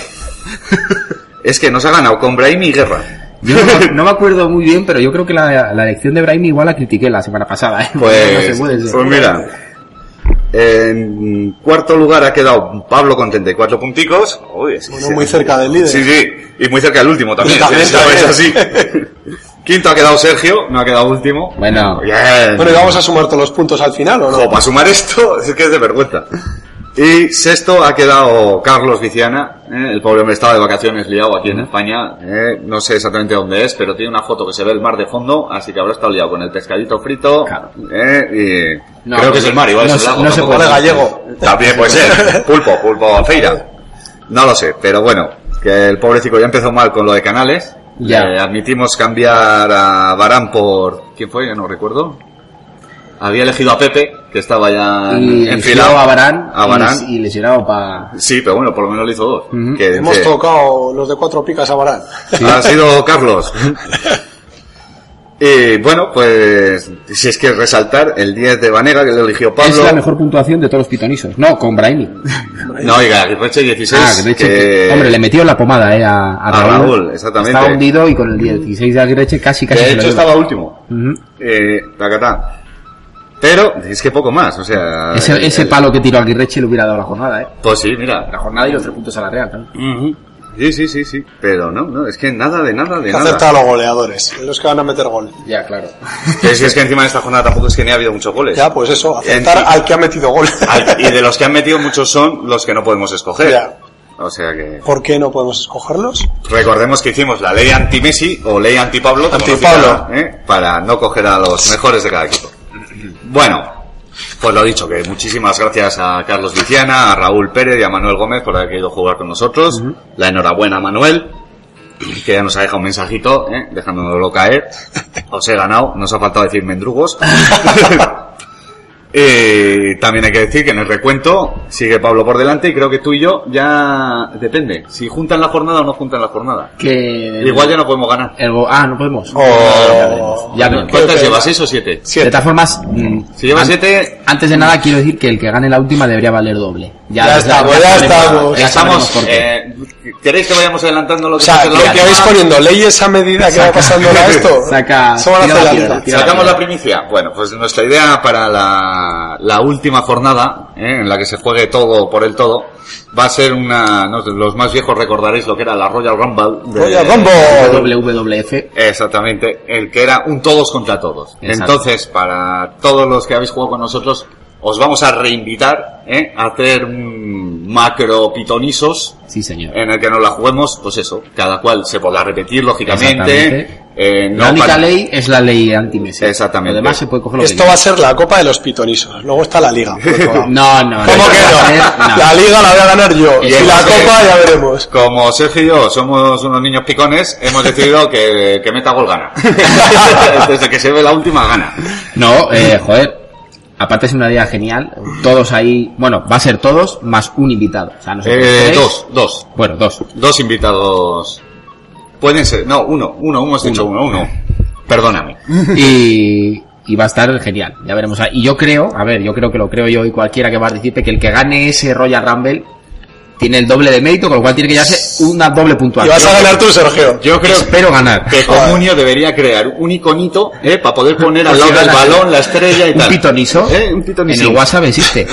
Speaker 3: es que nos ha ganado con Brahimi y Guerra.
Speaker 5: Yo no, no me acuerdo muy bien, pero yo creo que la, la elección de Brahimi igual la critiqué la semana pasada. ¿eh? No se
Speaker 3: Pues,
Speaker 5: puede ser.
Speaker 3: pues mira, en cuarto lugar ha quedado Pablo con 34 punticos. Uy, sí,
Speaker 2: Bueno,
Speaker 3: sí,
Speaker 2: muy cerca del líder.
Speaker 3: Sí, sí, y muy cerca del último también.
Speaker 2: Y también,
Speaker 3: sí, sí,
Speaker 2: también.
Speaker 3: es así. Quinto ha quedado Sergio, no ha quedado último.
Speaker 5: Bueno.
Speaker 3: Bien.
Speaker 2: Bueno, ¿y vamos a sumar todos los puntos al final o no?
Speaker 3: Ojo, para sumar esto, es que es de vergüenza. Y sexto ha quedado Carlos Viciana. ¿eh? El pobre hombre estaba de vacaciones liado aquí en España. ¿eh? No sé exactamente dónde es, pero tiene una foto que se ve el mar de fondo, así que habrá estado liado con el pescadito frito.
Speaker 5: Claro.
Speaker 3: ¿eh? Y
Speaker 5: No,
Speaker 3: creo que
Speaker 5: pues
Speaker 3: es el mar, igual es
Speaker 5: no
Speaker 3: el
Speaker 5: se-
Speaker 3: lago.
Speaker 5: no se
Speaker 3: tampoco-
Speaker 5: puede.
Speaker 2: Gallego.
Speaker 3: También puede ser. Pulpo, pulpo, feira. No lo sé, pero bueno, que el pobre chico ya empezó mal con lo de canales.
Speaker 5: Ya.
Speaker 3: Eh, admitimos cambiar a Barán por... ¿Quién fue? Ya no recuerdo. Había elegido a Pepe, que estaba ya
Speaker 5: Y
Speaker 3: enfilado
Speaker 5: enfilado a Barán.
Speaker 3: A Varane.
Speaker 5: Y, y lesionado para...
Speaker 3: Sí, pero bueno, por lo menos le hizo dos.
Speaker 5: Ujú.
Speaker 3: Que-
Speaker 2: Hemos
Speaker 3: que-
Speaker 2: tocado los de cuatro picas a Barán.
Speaker 3: Ha sido Carlos. Y bueno, pues si es que resaltar el 10 de Vanega que le eligió Pablo.
Speaker 5: Es la mejor puntuación de todos los pitonisos. No, con Brahimi.
Speaker 3: No, oiga, Aguirreche 16.
Speaker 5: Ah, que de hecho,
Speaker 3: que-
Speaker 5: hombre, le metió la pomada eh, a, a
Speaker 3: a
Speaker 5: Raúl.
Speaker 3: Raúl, exactamente.
Speaker 5: Estaba hundido y con el 16 de Aguirreche casi, casi.
Speaker 3: de
Speaker 5: se lo
Speaker 3: hecho
Speaker 5: lleva.
Speaker 3: estaba último.
Speaker 5: Ujú.
Speaker 3: Eh, tacatá. Pero es que poco más, o sea... el-
Speaker 5: Ese, ese
Speaker 3: el-
Speaker 5: palo que tiró Aguirreche le hubiera dado la jornada, ¿eh?
Speaker 3: Pues sí, mira.
Speaker 5: La jornada y los tres puntos a la Real, ¿no?
Speaker 3: Sí, sí, sí, sí. Pero no, no, es que nada de nada de
Speaker 2: Que
Speaker 3: nada.
Speaker 2: acerta a los goleadores, los que van a meter gol.
Speaker 5: Ya, claro.
Speaker 3: Que si es que encima de esta jornada tampoco es que ni ha habido muchos goles.
Speaker 2: Ya, pues eso, acertar
Speaker 3: En-
Speaker 2: al que ha metido gol.
Speaker 3: Al- Y de los que han metido muchos son los que no podemos escoger.
Speaker 2: Ya.
Speaker 3: O sea Pues que
Speaker 2: ¿Por qué no podemos escogerlos?
Speaker 3: recordemos que hicimos la ley anti-Messi o ley anti-Pablo como
Speaker 2: Anti-Pablo.
Speaker 3: lo cita, ¿eh? para no coger a los mejores de cada equipo. Bueno, pues lo dicho, que muchísimas gracias a Carlos Viciana, a Raúl Pérez y a Manuel Gómez por haber querido jugar con nosotros. La enhorabuena a Manuel, que ya nos ha dejado un mensajito, ¿eh? dejándonoslo caer. Os he ganado, nos ha faltado decir mendrugos. Eh, también hay que decir que en el recuento sigue Pablo por delante y creo que tú y yo ya depende si juntan la jornada o no juntan la jornada.
Speaker 5: Que...
Speaker 3: Igual ya no podemos ganar.
Speaker 5: El go- Ah, no podemos. Ya veremos.
Speaker 2: Oh,
Speaker 5: Ya veremos.
Speaker 3: ¿Cuántas llevas? ¿Seis o siete?
Speaker 5: De todas formas, mm,
Speaker 3: Si llevas
Speaker 5: an-
Speaker 3: siete,
Speaker 5: antes de nada quiero decir que el que gane la última debería valer doble.
Speaker 2: Ya
Speaker 5: desde la-
Speaker 2: estamos, ya
Speaker 5: sabremos-
Speaker 2: estamos.
Speaker 5: pues ya
Speaker 3: ya
Speaker 5: sabremos
Speaker 3: estamos.
Speaker 5: por qué.
Speaker 3: eh, ¿Queréis que vayamos adelantando lo
Speaker 2: o
Speaker 3: que
Speaker 2: sea,
Speaker 3: pasa en la
Speaker 2: que, que
Speaker 3: última?
Speaker 2: vais poniendo leyes a medida que va pasando la esto.
Speaker 5: saca-
Speaker 2: Se van a
Speaker 5: tira
Speaker 2: hacer
Speaker 5: la
Speaker 2: la
Speaker 5: piedra.
Speaker 2: liga.
Speaker 5: Tira la
Speaker 3: Sacamos
Speaker 5: piedra.
Speaker 3: la primicia. Bueno, pues nuestra idea para la, la última jornada, ¿eh? en la que se juegue todo por el todo, va a ser una... no sé, los más viejos recordaréis lo que era la Royal Rumble. de-
Speaker 2: Oye, Rambo.
Speaker 5: WWF.
Speaker 3: Exactamente, el que era un todos contra todos.
Speaker 5: Exacto.
Speaker 3: Entonces, para todos los que habéis jugado con nosotros, os vamos a reinvitar ¿eh? a hacer un macro pitonisos
Speaker 5: Sí, señor.
Speaker 3: en el que nos la juguemos, pues eso, cada cual se podrá repetir, lógicamente.
Speaker 5: Exactamente.
Speaker 3: eh,
Speaker 5: la única
Speaker 3: para-
Speaker 5: ley es la ley anti-Messi.
Speaker 3: Exactamente.
Speaker 5: Lo demás se puede coger lo
Speaker 2: Esto
Speaker 5: que
Speaker 2: va a
Speaker 5: quieras.
Speaker 2: ser la copa de los pitonisos. Luego está la liga. por otro lado.
Speaker 5: No, no, no.
Speaker 2: ¿Cómo que
Speaker 5: Esto va a
Speaker 2: no?
Speaker 5: ser- no.
Speaker 2: La liga la voy a ganar yo.
Speaker 3: Y
Speaker 2: Y la
Speaker 3: hemos-
Speaker 2: copa ya veremos.
Speaker 3: Como Sergio y yo somos unos niños picones, hemos decidido que, que meta gol gana. Desde que se ve la última gana.
Speaker 5: No, eh, joder. Aparte es una idea genial. Todos ahí, bueno, va a ser todos más un invitado. O sea, nosotros
Speaker 3: Eh,
Speaker 5: tres-
Speaker 3: dos, dos.
Speaker 5: Bueno, dos.
Speaker 3: Dos invitados. Pueden ser. No, uno, uno, hemos dicho uno, uno. Perdóname.
Speaker 5: y, y va a estar genial. Ya veremos. Y yo creo, a ver, yo creo que lo creo yo y cualquiera que participe, que el que gane ese Royal Rumble tiene el doble de mérito, con lo cual tiene que llevarse una doble
Speaker 2: Y
Speaker 5: puntuación.
Speaker 2: vas a ganar tú, Sergio.
Speaker 3: Yo creo
Speaker 5: Espero ganar.
Speaker 3: que Comunio debería crear un iconito eh, para poder poner al
Speaker 5: Pues
Speaker 3: lado
Speaker 5: si
Speaker 3: del
Speaker 5: ganas-
Speaker 3: balón la estrella y
Speaker 5: Un
Speaker 3: tal.
Speaker 5: pitoniso.
Speaker 3: Eh, un pitoniso.
Speaker 5: En el WhatsApp existe.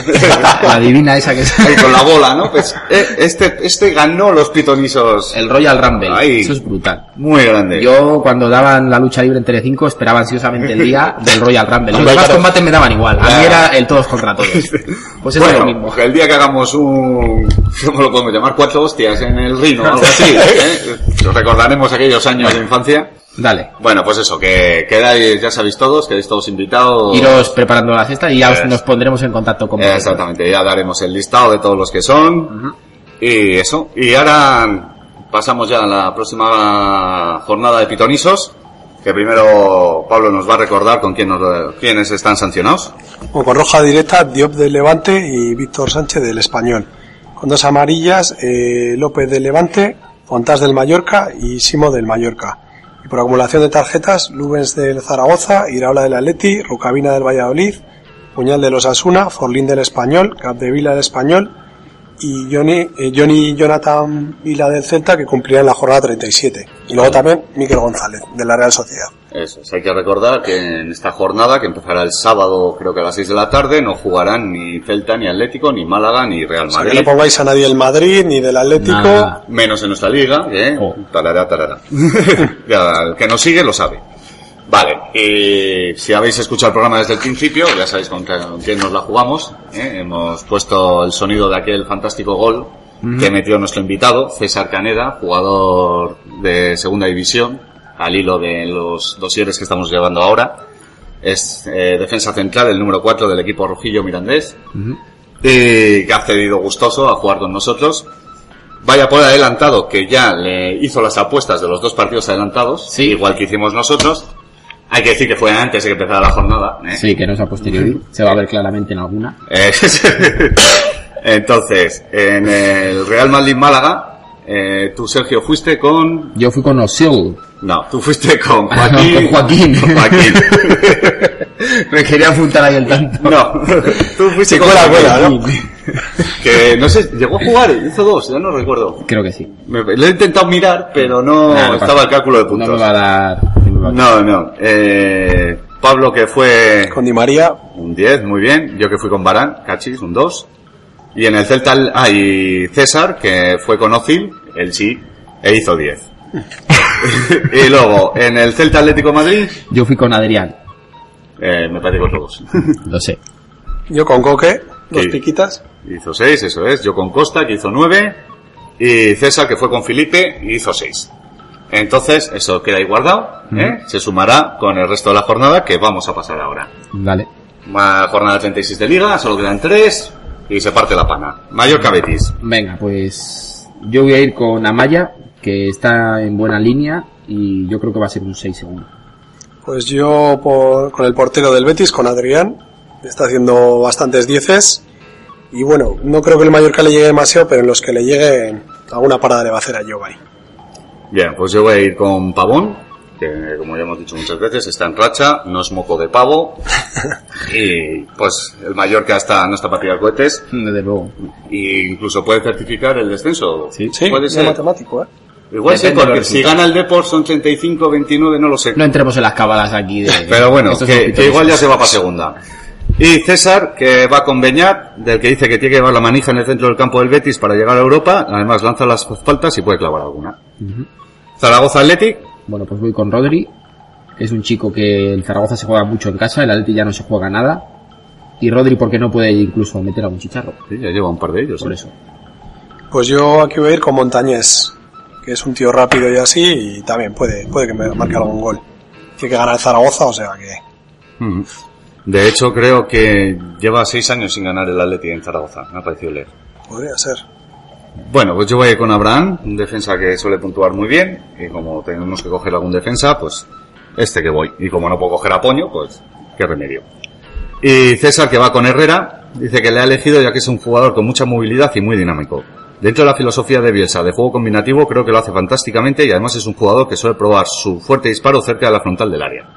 Speaker 5: La divina esa que es.
Speaker 3: Ahí con la bola, ¿no? Pues, eh, este, este ganó los pitonisos.
Speaker 5: El Royal Rumble.
Speaker 3: Ahí.
Speaker 5: Eso es brutal.
Speaker 3: Muy grande.
Speaker 5: Yo cuando daban la lucha libre en Telecinco esperaba ansiosamente el día del Royal Rumble. Los
Speaker 3: Hombre,
Speaker 5: demás
Speaker 3: Ah, claro.
Speaker 5: combates me daban igual. A mí
Speaker 3: Ah.
Speaker 5: era el todos contra todos. Pues eso es lo mismo.
Speaker 3: bueno, el día que hagamos un... ¿Cómo lo podemos llamar? Cuatro hostias en el Rino o algo así. ¿eh? Recordaremos aquellos años de infancia.
Speaker 5: Dale.
Speaker 3: Bueno, pues eso, que quedáis, ya sabéis todos, quedáis todos invitados.
Speaker 5: Iros preparando la cesta y ya os-
Speaker 3: Es.
Speaker 5: nos pondremos en contacto con
Speaker 3: Eh,
Speaker 5: vosotros.
Speaker 3: Exactamente, ya daremos el listado de todos los que son. Y eso. Y ahora pasamos ya a la próxima jornada de pitonisos. Que primero Pablo nos va a recordar con quién nos- quiénes están sancionados.
Speaker 2: Bueno, con roja directa, Diop del Levante y Víctor Sánchez del Español. Con dos amarillas, eh, López del Levante, Fontás del Mallorca y Simo del Mallorca. Y por acumulación de tarjetas, Lubens del Zaragoza, Iraola del Atleti, Rucabina del Valladolid, Puñal de los Asuna, Forlín del Español, Capdevila del Español y Johnny, eh, Johnny Jonathan Vila del Celta que cumplirán la jornada 37. Y luego también Miquel González de la Real Sociedad.
Speaker 3: Eso, es, hay que recordar que en esta jornada, que empezará el sábado creo que a las 6 de la tarde, no jugarán ni Celta, ni Atlético, ni Málaga, ni Real
Speaker 2: O sea, que no
Speaker 3: Madrid.
Speaker 2: pongáis a nadie del Madrid ni del Atlético.
Speaker 5: Nada.
Speaker 3: Menos en nuestra liga, ¿eh?
Speaker 5: Oh.
Speaker 3: Tarará, tarará. Ya, el que nos sigue lo sabe. Vale, eh, si habéis escuchado el programa desde el principio, ya sabéis con, qué- con quién nos la jugamos. ¿eh? Hemos puesto el sonido de aquel fantástico gol que metió nuestro invitado, César Caneda, jugador de segunda división, al hilo de los dosieres que estamos llevando ahora. Es eh, defensa central, el número 4 del equipo rojillo mirandés. Y que ha cedido gustoso a jugar con nosotros. Vaya por adelantado, que ya le hizo las apuestas de los dos partidos adelantados,
Speaker 5: Sí.
Speaker 3: igual que hicimos nosotros. Hay que decir que fue antes de que empezara la jornada. ¿eh?
Speaker 5: Sí, que no es a posteriori. Se va a ver claramente en alguna.
Speaker 3: Eh, Entonces, en el Real Madrid Málaga, eh, tú Sergio fuiste con...
Speaker 5: Yo fui con Osil.
Speaker 3: No, tú fuiste con
Speaker 5: Ah, no,
Speaker 3: Joaquín.
Speaker 5: con Joaquín.
Speaker 3: Con Joaquín.
Speaker 5: Me quería apuntar ahí el tanto.
Speaker 3: No, tú fuiste con
Speaker 2: cuela,
Speaker 3: Joaquín.
Speaker 2: cuela, ¿no?
Speaker 3: Que no sé, llegó a jugar, hizo dos, ya no recuerdo.
Speaker 5: Creo que sí.
Speaker 3: Me- lo he intentado mirar, pero no
Speaker 5: Nah, no
Speaker 3: estaba
Speaker 5: pasa.
Speaker 3: el cálculo de
Speaker 5: No
Speaker 3: puntos.
Speaker 5: me va a dar... no me va a-
Speaker 3: No, no. Eh, Pablo que fue
Speaker 2: Con Di María,
Speaker 3: un 10, muy bien. Yo que fui con Barán, Cachis, un 2. Y en el Celta hay César, que fue con Ocil, él sí, e hizo 10. y luego, en el Celta Atlético Madrid,
Speaker 5: Yo fui con Adrián.
Speaker 3: eh, me parece que otro dos.
Speaker 5: Lo sé.
Speaker 2: Yo con Coque, dos
Speaker 3: Sí.
Speaker 2: piquitas.
Speaker 3: Hizo 6, eso es. Yo con Costa, que hizo 9. Y César, que fue con Felipe, y hizo 6. Entonces, eso queda ahí guardado. ¿eh? Se sumará con el resto de la jornada que vamos a pasar ahora.
Speaker 5: Vale.
Speaker 3: Ma- jornada 36 de liga, solo quedan 3 y se parte la pana. Mallorca Betis.
Speaker 5: Venga, pues yo voy a ir con Amaya, que está en buena línea y yo creo que va a ser un 6 segundo.
Speaker 2: Pues yo por- con el portero del Betis, con Adrián, está haciendo bastantes dieces. Y bueno, no creo que el Mallorca le llegue demasiado, pero en los que le llegue, alguna parada le va a hacer a Jovay.
Speaker 3: Bien, pues yo voy a ir con Pavón, que como ya hemos dicho muchas veces, está en racha, no es moco de pavo. y pues el Mallorca está, no está para tirar cohetes.
Speaker 5: Desde luego.
Speaker 3: E incluso puede certificar el descenso.
Speaker 5: Sí.
Speaker 2: Sí,
Speaker 3: puede
Speaker 2: es
Speaker 3: ser.
Speaker 2: matemático, ¿eh?
Speaker 3: Igual sí,
Speaker 5: Depende de
Speaker 3: porque
Speaker 5: los
Speaker 3: si
Speaker 5: resultados.
Speaker 3: gana el Deport son 35, 29, no lo sé.
Speaker 5: No entremos en las cábalas aquí de...
Speaker 3: Pero bueno,
Speaker 5: Estos
Speaker 3: que,
Speaker 5: son
Speaker 3: que igual ya se va para segunda. Y César, que va con Beñat, del que dice que tiene que llevar la manija en el centro del campo del Betis para llegar a Europa, además lanza las faltas y puede clavar alguna. Zaragoza Athletic,
Speaker 5: Bueno, pues voy con Rodri, que es un chico que el Zaragoza se juega mucho en casa, el Atleti ya no se juega nada. Y Rodri porque no puede incluso meter algún chicharro,
Speaker 3: sí, ya lleva un par de ellos.
Speaker 5: por
Speaker 3: ¿eh?
Speaker 5: eso.
Speaker 2: Pues yo aquí voy a ir con Montañés, que es un tío rápido y así, y también puede, puede que me marque algún gol. Tiene que ganar el Zaragoza, o sea que...
Speaker 3: Ujú. De hecho, creo que lleva seis años sin ganar el Athletic en Zaragoza, me ha parecido leer.
Speaker 2: Podría ser.
Speaker 3: Bueno, pues yo voy con Abraham, un defensa que suele puntuar muy bien, y como tenemos que coger algún defensa, pues este que voy. Y como no puedo coger a Poño, pues qué remedio. Y César, que va con Herrera, dice que le ha elegido ya que es un jugador con mucha movilidad y muy dinámico. Dentro de la filosofía de Bielsa de juego combinativo, creo que lo hace fantásticamente y además es un jugador que suele probar su fuerte disparo cerca de la frontal del área.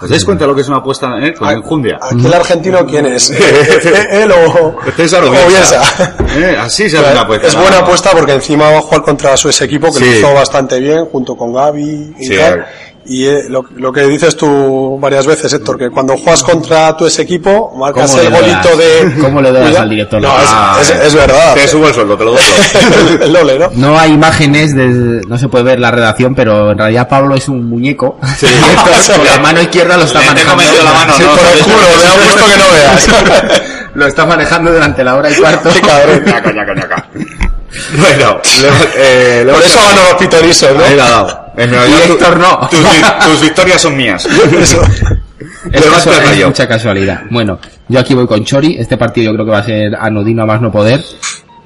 Speaker 3: ¿Os dais cuenta lo que es una apuesta eh, con enjundia?
Speaker 2: Aquí el argentino, ¿quién es? ¿Él o,
Speaker 3: César o Bielsa. Eh, Así se hace una apuesta.
Speaker 2: Oh,
Speaker 3: Ah,
Speaker 2: Es buena apuesta porque encima va a jugar contra su ese equipo que
Speaker 3: Sí.
Speaker 2: lo hizo bastante bien junto con Gaby y
Speaker 3: Sí,
Speaker 2: tal.
Speaker 3: claro.
Speaker 2: Y eh, lo, lo que dices tú varias veces, Héctor, que cuando juegas contra tu ese equipo, marcas
Speaker 5: ¿Cómo
Speaker 2: el
Speaker 5: le
Speaker 2: golito
Speaker 5: das?
Speaker 2: de...
Speaker 5: ¿Cómo le das
Speaker 2: Cuida-
Speaker 5: al director?
Speaker 2: No,
Speaker 3: Ah,
Speaker 2: es, es- es verdad.
Speaker 3: Te subo el sueldo, te lo doy.
Speaker 2: el, el Lole, ¿no?
Speaker 5: No hay imágenes, de, no se puede ver la redacción, pero en realidad Pablo es un muñeco. Y Héctor, con la mano izquierda lo está
Speaker 3: Le tengo
Speaker 5: manejando.
Speaker 3: medio la mano,
Speaker 5: Sí,
Speaker 3: ¿no?
Speaker 5: por el culo,
Speaker 2: me da gusto que no veas.
Speaker 5: lo está manejando durante la hora y cuarto.
Speaker 2: Qué cabrón.
Speaker 3: Ñaca, ñaca, ñaca. Bueno, le, eh, le
Speaker 2: Por
Speaker 3: hemos-
Speaker 2: eso ganó los pitorizos,
Speaker 3: Ahí
Speaker 2: ¿no?
Speaker 3: la ha dado. En realidad,
Speaker 5: Y
Speaker 3: tu-
Speaker 5: Héctor no.
Speaker 3: Tus, vi- tus victorias son mías.
Speaker 2: Eso.
Speaker 5: Es,
Speaker 3: Levanta
Speaker 5: casual-
Speaker 3: el
Speaker 5: es
Speaker 3: rayo.
Speaker 5: mucha casualidad. Bueno, yo aquí voy con Chori. Este partido yo creo que va a ser anodino a más no poder.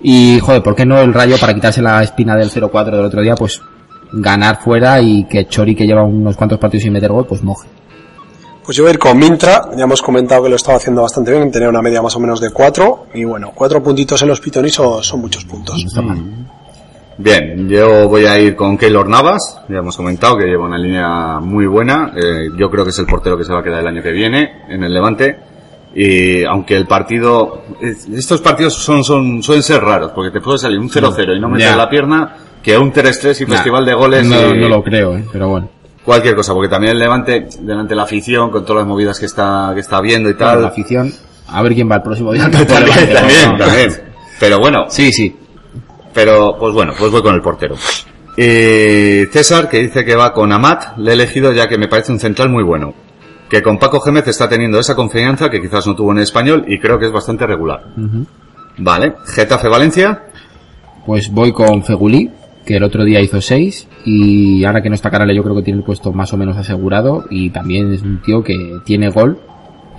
Speaker 5: Y, joder, ¿por qué no el rayo para quitarse la espina del 0-4 del otro día? Pues ganar fuera y que Chori, que lleva unos cuantos partidos sin meter gol, pues moje.
Speaker 2: Pues yo voy a ir con Mintra, ya hemos comentado que lo estaba haciendo bastante bien, tenía una media más o menos de 4, y bueno, 4 puntitos en los pitorizos son muchos puntos.
Speaker 3: Mm. Bien, yo voy a ir con Keylor Navas. Ya hemos comentado que lleva una línea muy buena. Eh, yo creo que es el portero que se va a quedar el año que viene en el Levante. Y aunque el partido, es- estos partidos son, son, suelen ser raros, porque te puede salir un 0-0 y no meter
Speaker 5: Ya.
Speaker 3: la pierna, que un 3-3 y festival de goles.
Speaker 5: No,
Speaker 3: y-
Speaker 5: no lo creo, ¿eh? pero bueno.
Speaker 3: cualquier cosa, porque también el Levante, delante de la afición, con todas las movidas que está, que está viendo y
Speaker 5: Claro,
Speaker 3: tal.
Speaker 5: la afición. A ver quién va el próximo día. También,
Speaker 3: también, también, también. Pero bueno,
Speaker 5: Sí, sí.
Speaker 3: pero pues bueno, pues voy con el portero. Eh, César, que dice que va con Amat, le he elegido ya que me parece un central muy bueno. Que con Paco Gémez está teniendo esa confianza que quizás no tuvo en el español y creo que es bastante regular. Vale, Getafe Valencia,
Speaker 5: Pues voy con Fegulí, que el otro día hizo 6 y ahora que no está Carale yo creo que tiene el puesto más o menos asegurado y también es un tío que tiene gol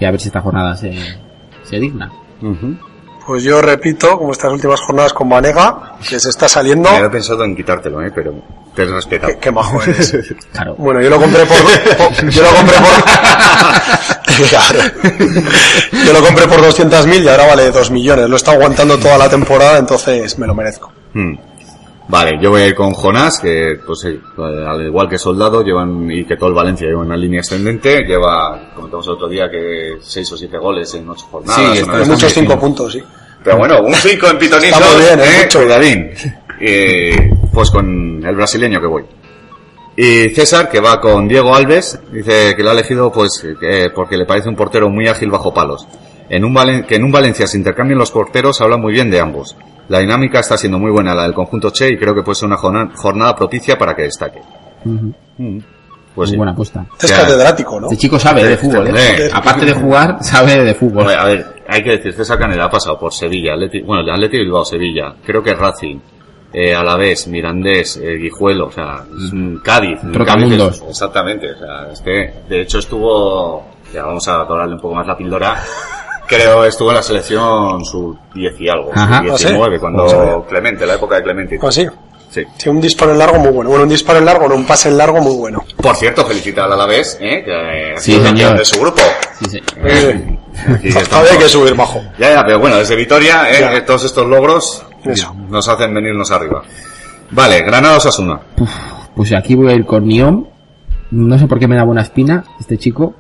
Speaker 5: y a ver si esta jornada se, se digna.
Speaker 2: Pues yo repito, como estas últimas jornadas con Vanega, que se está saliendo,
Speaker 3: Me había pensado en quitártelo, eh, pero te he respetado.
Speaker 2: Oh. qué, qué majo eres.
Speaker 5: Claro.
Speaker 3: Oh,
Speaker 2: Bueno, yo lo compré por, por- yo lo compré por, claro. Yo lo compré por 200.000 y ahora vale 2 millones. Lo está aguantando toda la temporada, entonces me lo merezco.
Speaker 3: Hmm. Vale, yo voy a ir con Jonás, que pues sí, al igual que Soldado llevan y que todo el Valencia lleva una línea ascendente, lleva, comentamos el otro día que seis o siete goles en ocho jornadas.
Speaker 5: Sí,
Speaker 3: una
Speaker 5: está-
Speaker 3: vez
Speaker 2: Hay
Speaker 3: así.
Speaker 2: muchos 5 puntos, sí.
Speaker 3: Pero bueno, un cinco en pitonizo,
Speaker 2: Está muy bien, es
Speaker 3: eh,
Speaker 2: mucho.
Speaker 3: cuidadín. Eh, pues con el brasileño que voy. Y César, que va con Diego Alves, dice que lo ha elegido pues que- porque le parece un portero muy ágil bajo palos. En un Valen- que en un Valencia se intercambien los porteros habla muy bien de ambos. La dinámica está siendo muy buena la del conjunto Che y creo que puede ser una jorna- jornada propicia para que destaque.
Speaker 5: Ujú.
Speaker 3: Mm. Pues
Speaker 5: Muy
Speaker 3: sí.
Speaker 5: buena apuesta.
Speaker 2: Este es
Speaker 3: Claro.
Speaker 2: catedrático, ¿no?
Speaker 5: Este chico sabe de fútbol, ¿eh?
Speaker 3: Eh.
Speaker 5: Aparte de jugar, sabe de fútbol.
Speaker 3: Hombre, a ver, hay que decir, César Canela ha pasado por Sevilla, Atleti, bueno, el Atleti Bilbao, Sevilla, creo que Racing, eh, Alavés, Mirandés, eh, Guijuelo, o sea, es un Cádiz. un
Speaker 5: Trotamundos.
Speaker 3: Cádiz es- exactamente, o sea, es que, de hecho estuvo, ya vamos a atorarle un poco más la píldora, creo estuvo en la selección su 10 y algo,
Speaker 5: Ajá.
Speaker 3: su 19,
Speaker 2: ¿Ah, sí?
Speaker 3: cuando
Speaker 2: No sabía.
Speaker 3: Clemente, la época de Clemente.
Speaker 2: Pues sí.
Speaker 3: Sí.
Speaker 2: Tiene un disparo en largo muy bueno. Bueno, un disparo en largo, no, un pase en largo muy bueno.
Speaker 3: Por cierto, felicitar al Alavés, eh, que ha
Speaker 5: Sí,
Speaker 3: sido campeón
Speaker 5: señor.
Speaker 3: de su grupo.
Speaker 5: Sí, sí.
Speaker 3: Eh, aquí
Speaker 2: Todavía hay
Speaker 3: estamos.
Speaker 2: que subir bajo.
Speaker 3: Ya, ya, pero bueno, desde Vitoria, ¿eh?
Speaker 2: Ya.
Speaker 3: que todos estos logros
Speaker 2: Eso.
Speaker 3: nos hacen venirnos arriba. Vale, Granada Osasuna.
Speaker 5: Pues aquí voy a ir con Niom. No sé por qué me da buena espina este chico.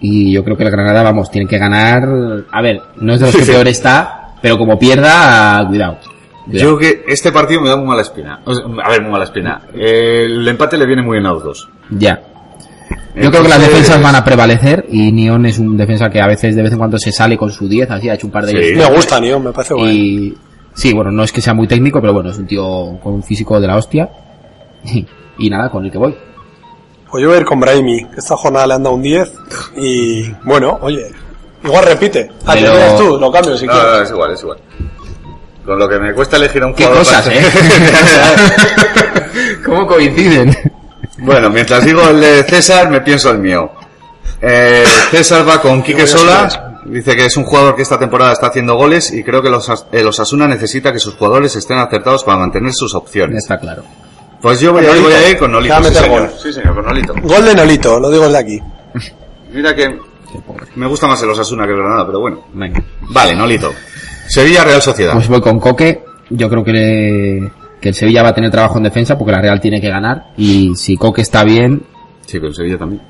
Speaker 5: Y yo creo que el Granada, vamos, tiene que ganar. A ver, no es de los que peor está, pero como pierda, cuidado.
Speaker 3: Yo que este partido me da muy mala espina. O sea, a ver, muy mala espina. Eh, el empate le viene muy bien a los dos.
Speaker 5: Ya. Yo creo que las defensas van a prevalecer y Neon es un defensa que a veces de vez en cuando se sale con su 10, así ha hecho un par de
Speaker 3: Sí.
Speaker 5: ellos.
Speaker 2: Me gusta, Nio, me parece bueno.
Speaker 5: Y sí, bueno, no es que sea muy técnico, pero bueno, es un tío con un físico de la hostia. Y nada, con el que voy.
Speaker 2: Pues yo voy a ir con Brahimi, que esta jornada le han dado un 10 y bueno, oye, igual repite. Ah, te
Speaker 5: Pero-
Speaker 2: quedas tú, lo cambio si
Speaker 3: No,
Speaker 2: quieres.
Speaker 3: no, no, Ah, es igual, es igual. Con lo que me cuesta elegir a un
Speaker 5: Qué
Speaker 3: jugador.
Speaker 5: cosas,
Speaker 3: para-
Speaker 5: eh. ¿Cómo coinciden?
Speaker 3: bueno, mientras digo el de César, me pienso el mío. Eh, César va con Quique Sola. Dice que es un jugador que esta temporada está haciendo goles y creo que los, As- el Osasuna necesita que sus jugadores estén acertados para mantener sus
Speaker 5: Ya
Speaker 3: opciones.
Speaker 5: está claro.
Speaker 3: Pues yo voy, a-
Speaker 2: Nolito.
Speaker 3: voy a ir con
Speaker 2: Ya
Speaker 3: Nolito. Sí
Speaker 2: mete
Speaker 3: señor.
Speaker 2: gol.
Speaker 3: sí, señor, con Nolito.
Speaker 2: Gol de Nolito, lo digo desde aquí.
Speaker 3: Mira que
Speaker 5: el pobre.
Speaker 3: Me gusta más el Osasuna que el Granada, pero bueno.
Speaker 5: Venga.
Speaker 3: Vale, Nolito. Sevilla Real Sociedad.
Speaker 5: Pues voy con Coque. Yo creo que, le- que el Sevilla va a tener trabajo en defensa porque la Real tiene que ganar. Y si Coque está bien,
Speaker 3: Sí, pero el Sevilla también.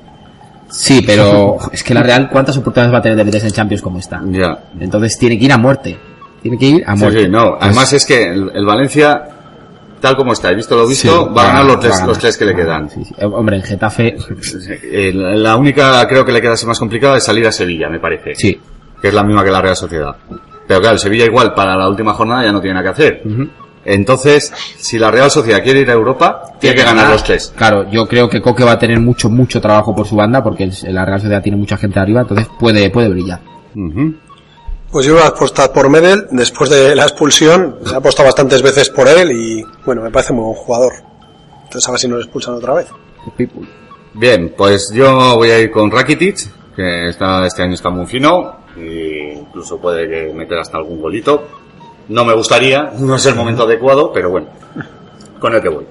Speaker 5: sí, pero es que la Real, ¿cuántas oportunidades va a tener de meterse en Champions como está?
Speaker 3: Ya.
Speaker 5: Entonces tiene que ir a muerte. Tiene que ir a
Speaker 3: Sí,
Speaker 5: muerte.
Speaker 3: sí, no.
Speaker 5: Pues-
Speaker 3: Además es que el, el Valencia, tal como está, he visto lo visto,
Speaker 5: Sí,
Speaker 3: va a ganar los
Speaker 5: va a
Speaker 3: tres,
Speaker 5: ganar.
Speaker 3: los tres que le quedan.
Speaker 5: Sí, sí. Eh, Hombre, en Getafe,
Speaker 3: Eh, la- la única creo que le queda así más complicada es salir a Sevilla, me parece.
Speaker 5: sí.
Speaker 3: Que es la misma que la Real Sociedad. Pero claro, el Sevilla igual para la última jornada ya no tiene nada que hacer.
Speaker 5: Ujú.
Speaker 3: Entonces, si la Real Sociedad quiere ir a Europa, tiene que ganar los tres.
Speaker 5: Claro, yo creo que Coque va a tener mucho, mucho trabajo por su banda porque el- la Real Sociedad tiene mucha gente arriba, entonces puede, puede brillar.
Speaker 3: Ujú.
Speaker 2: Pues yo voy a apostar por Medel, después de la expulsión, he apostado bastantes veces por él y bueno, me parece muy buen jugador. Entonces a ver si no lo expulsan otra vez.
Speaker 3: Bien, pues yo voy a ir con Rakitic, que está, este año está muy fino, e incluso puede que meter hasta algún golito. No me gustaría, no es el momento adecuado, pero bueno, con el que voy.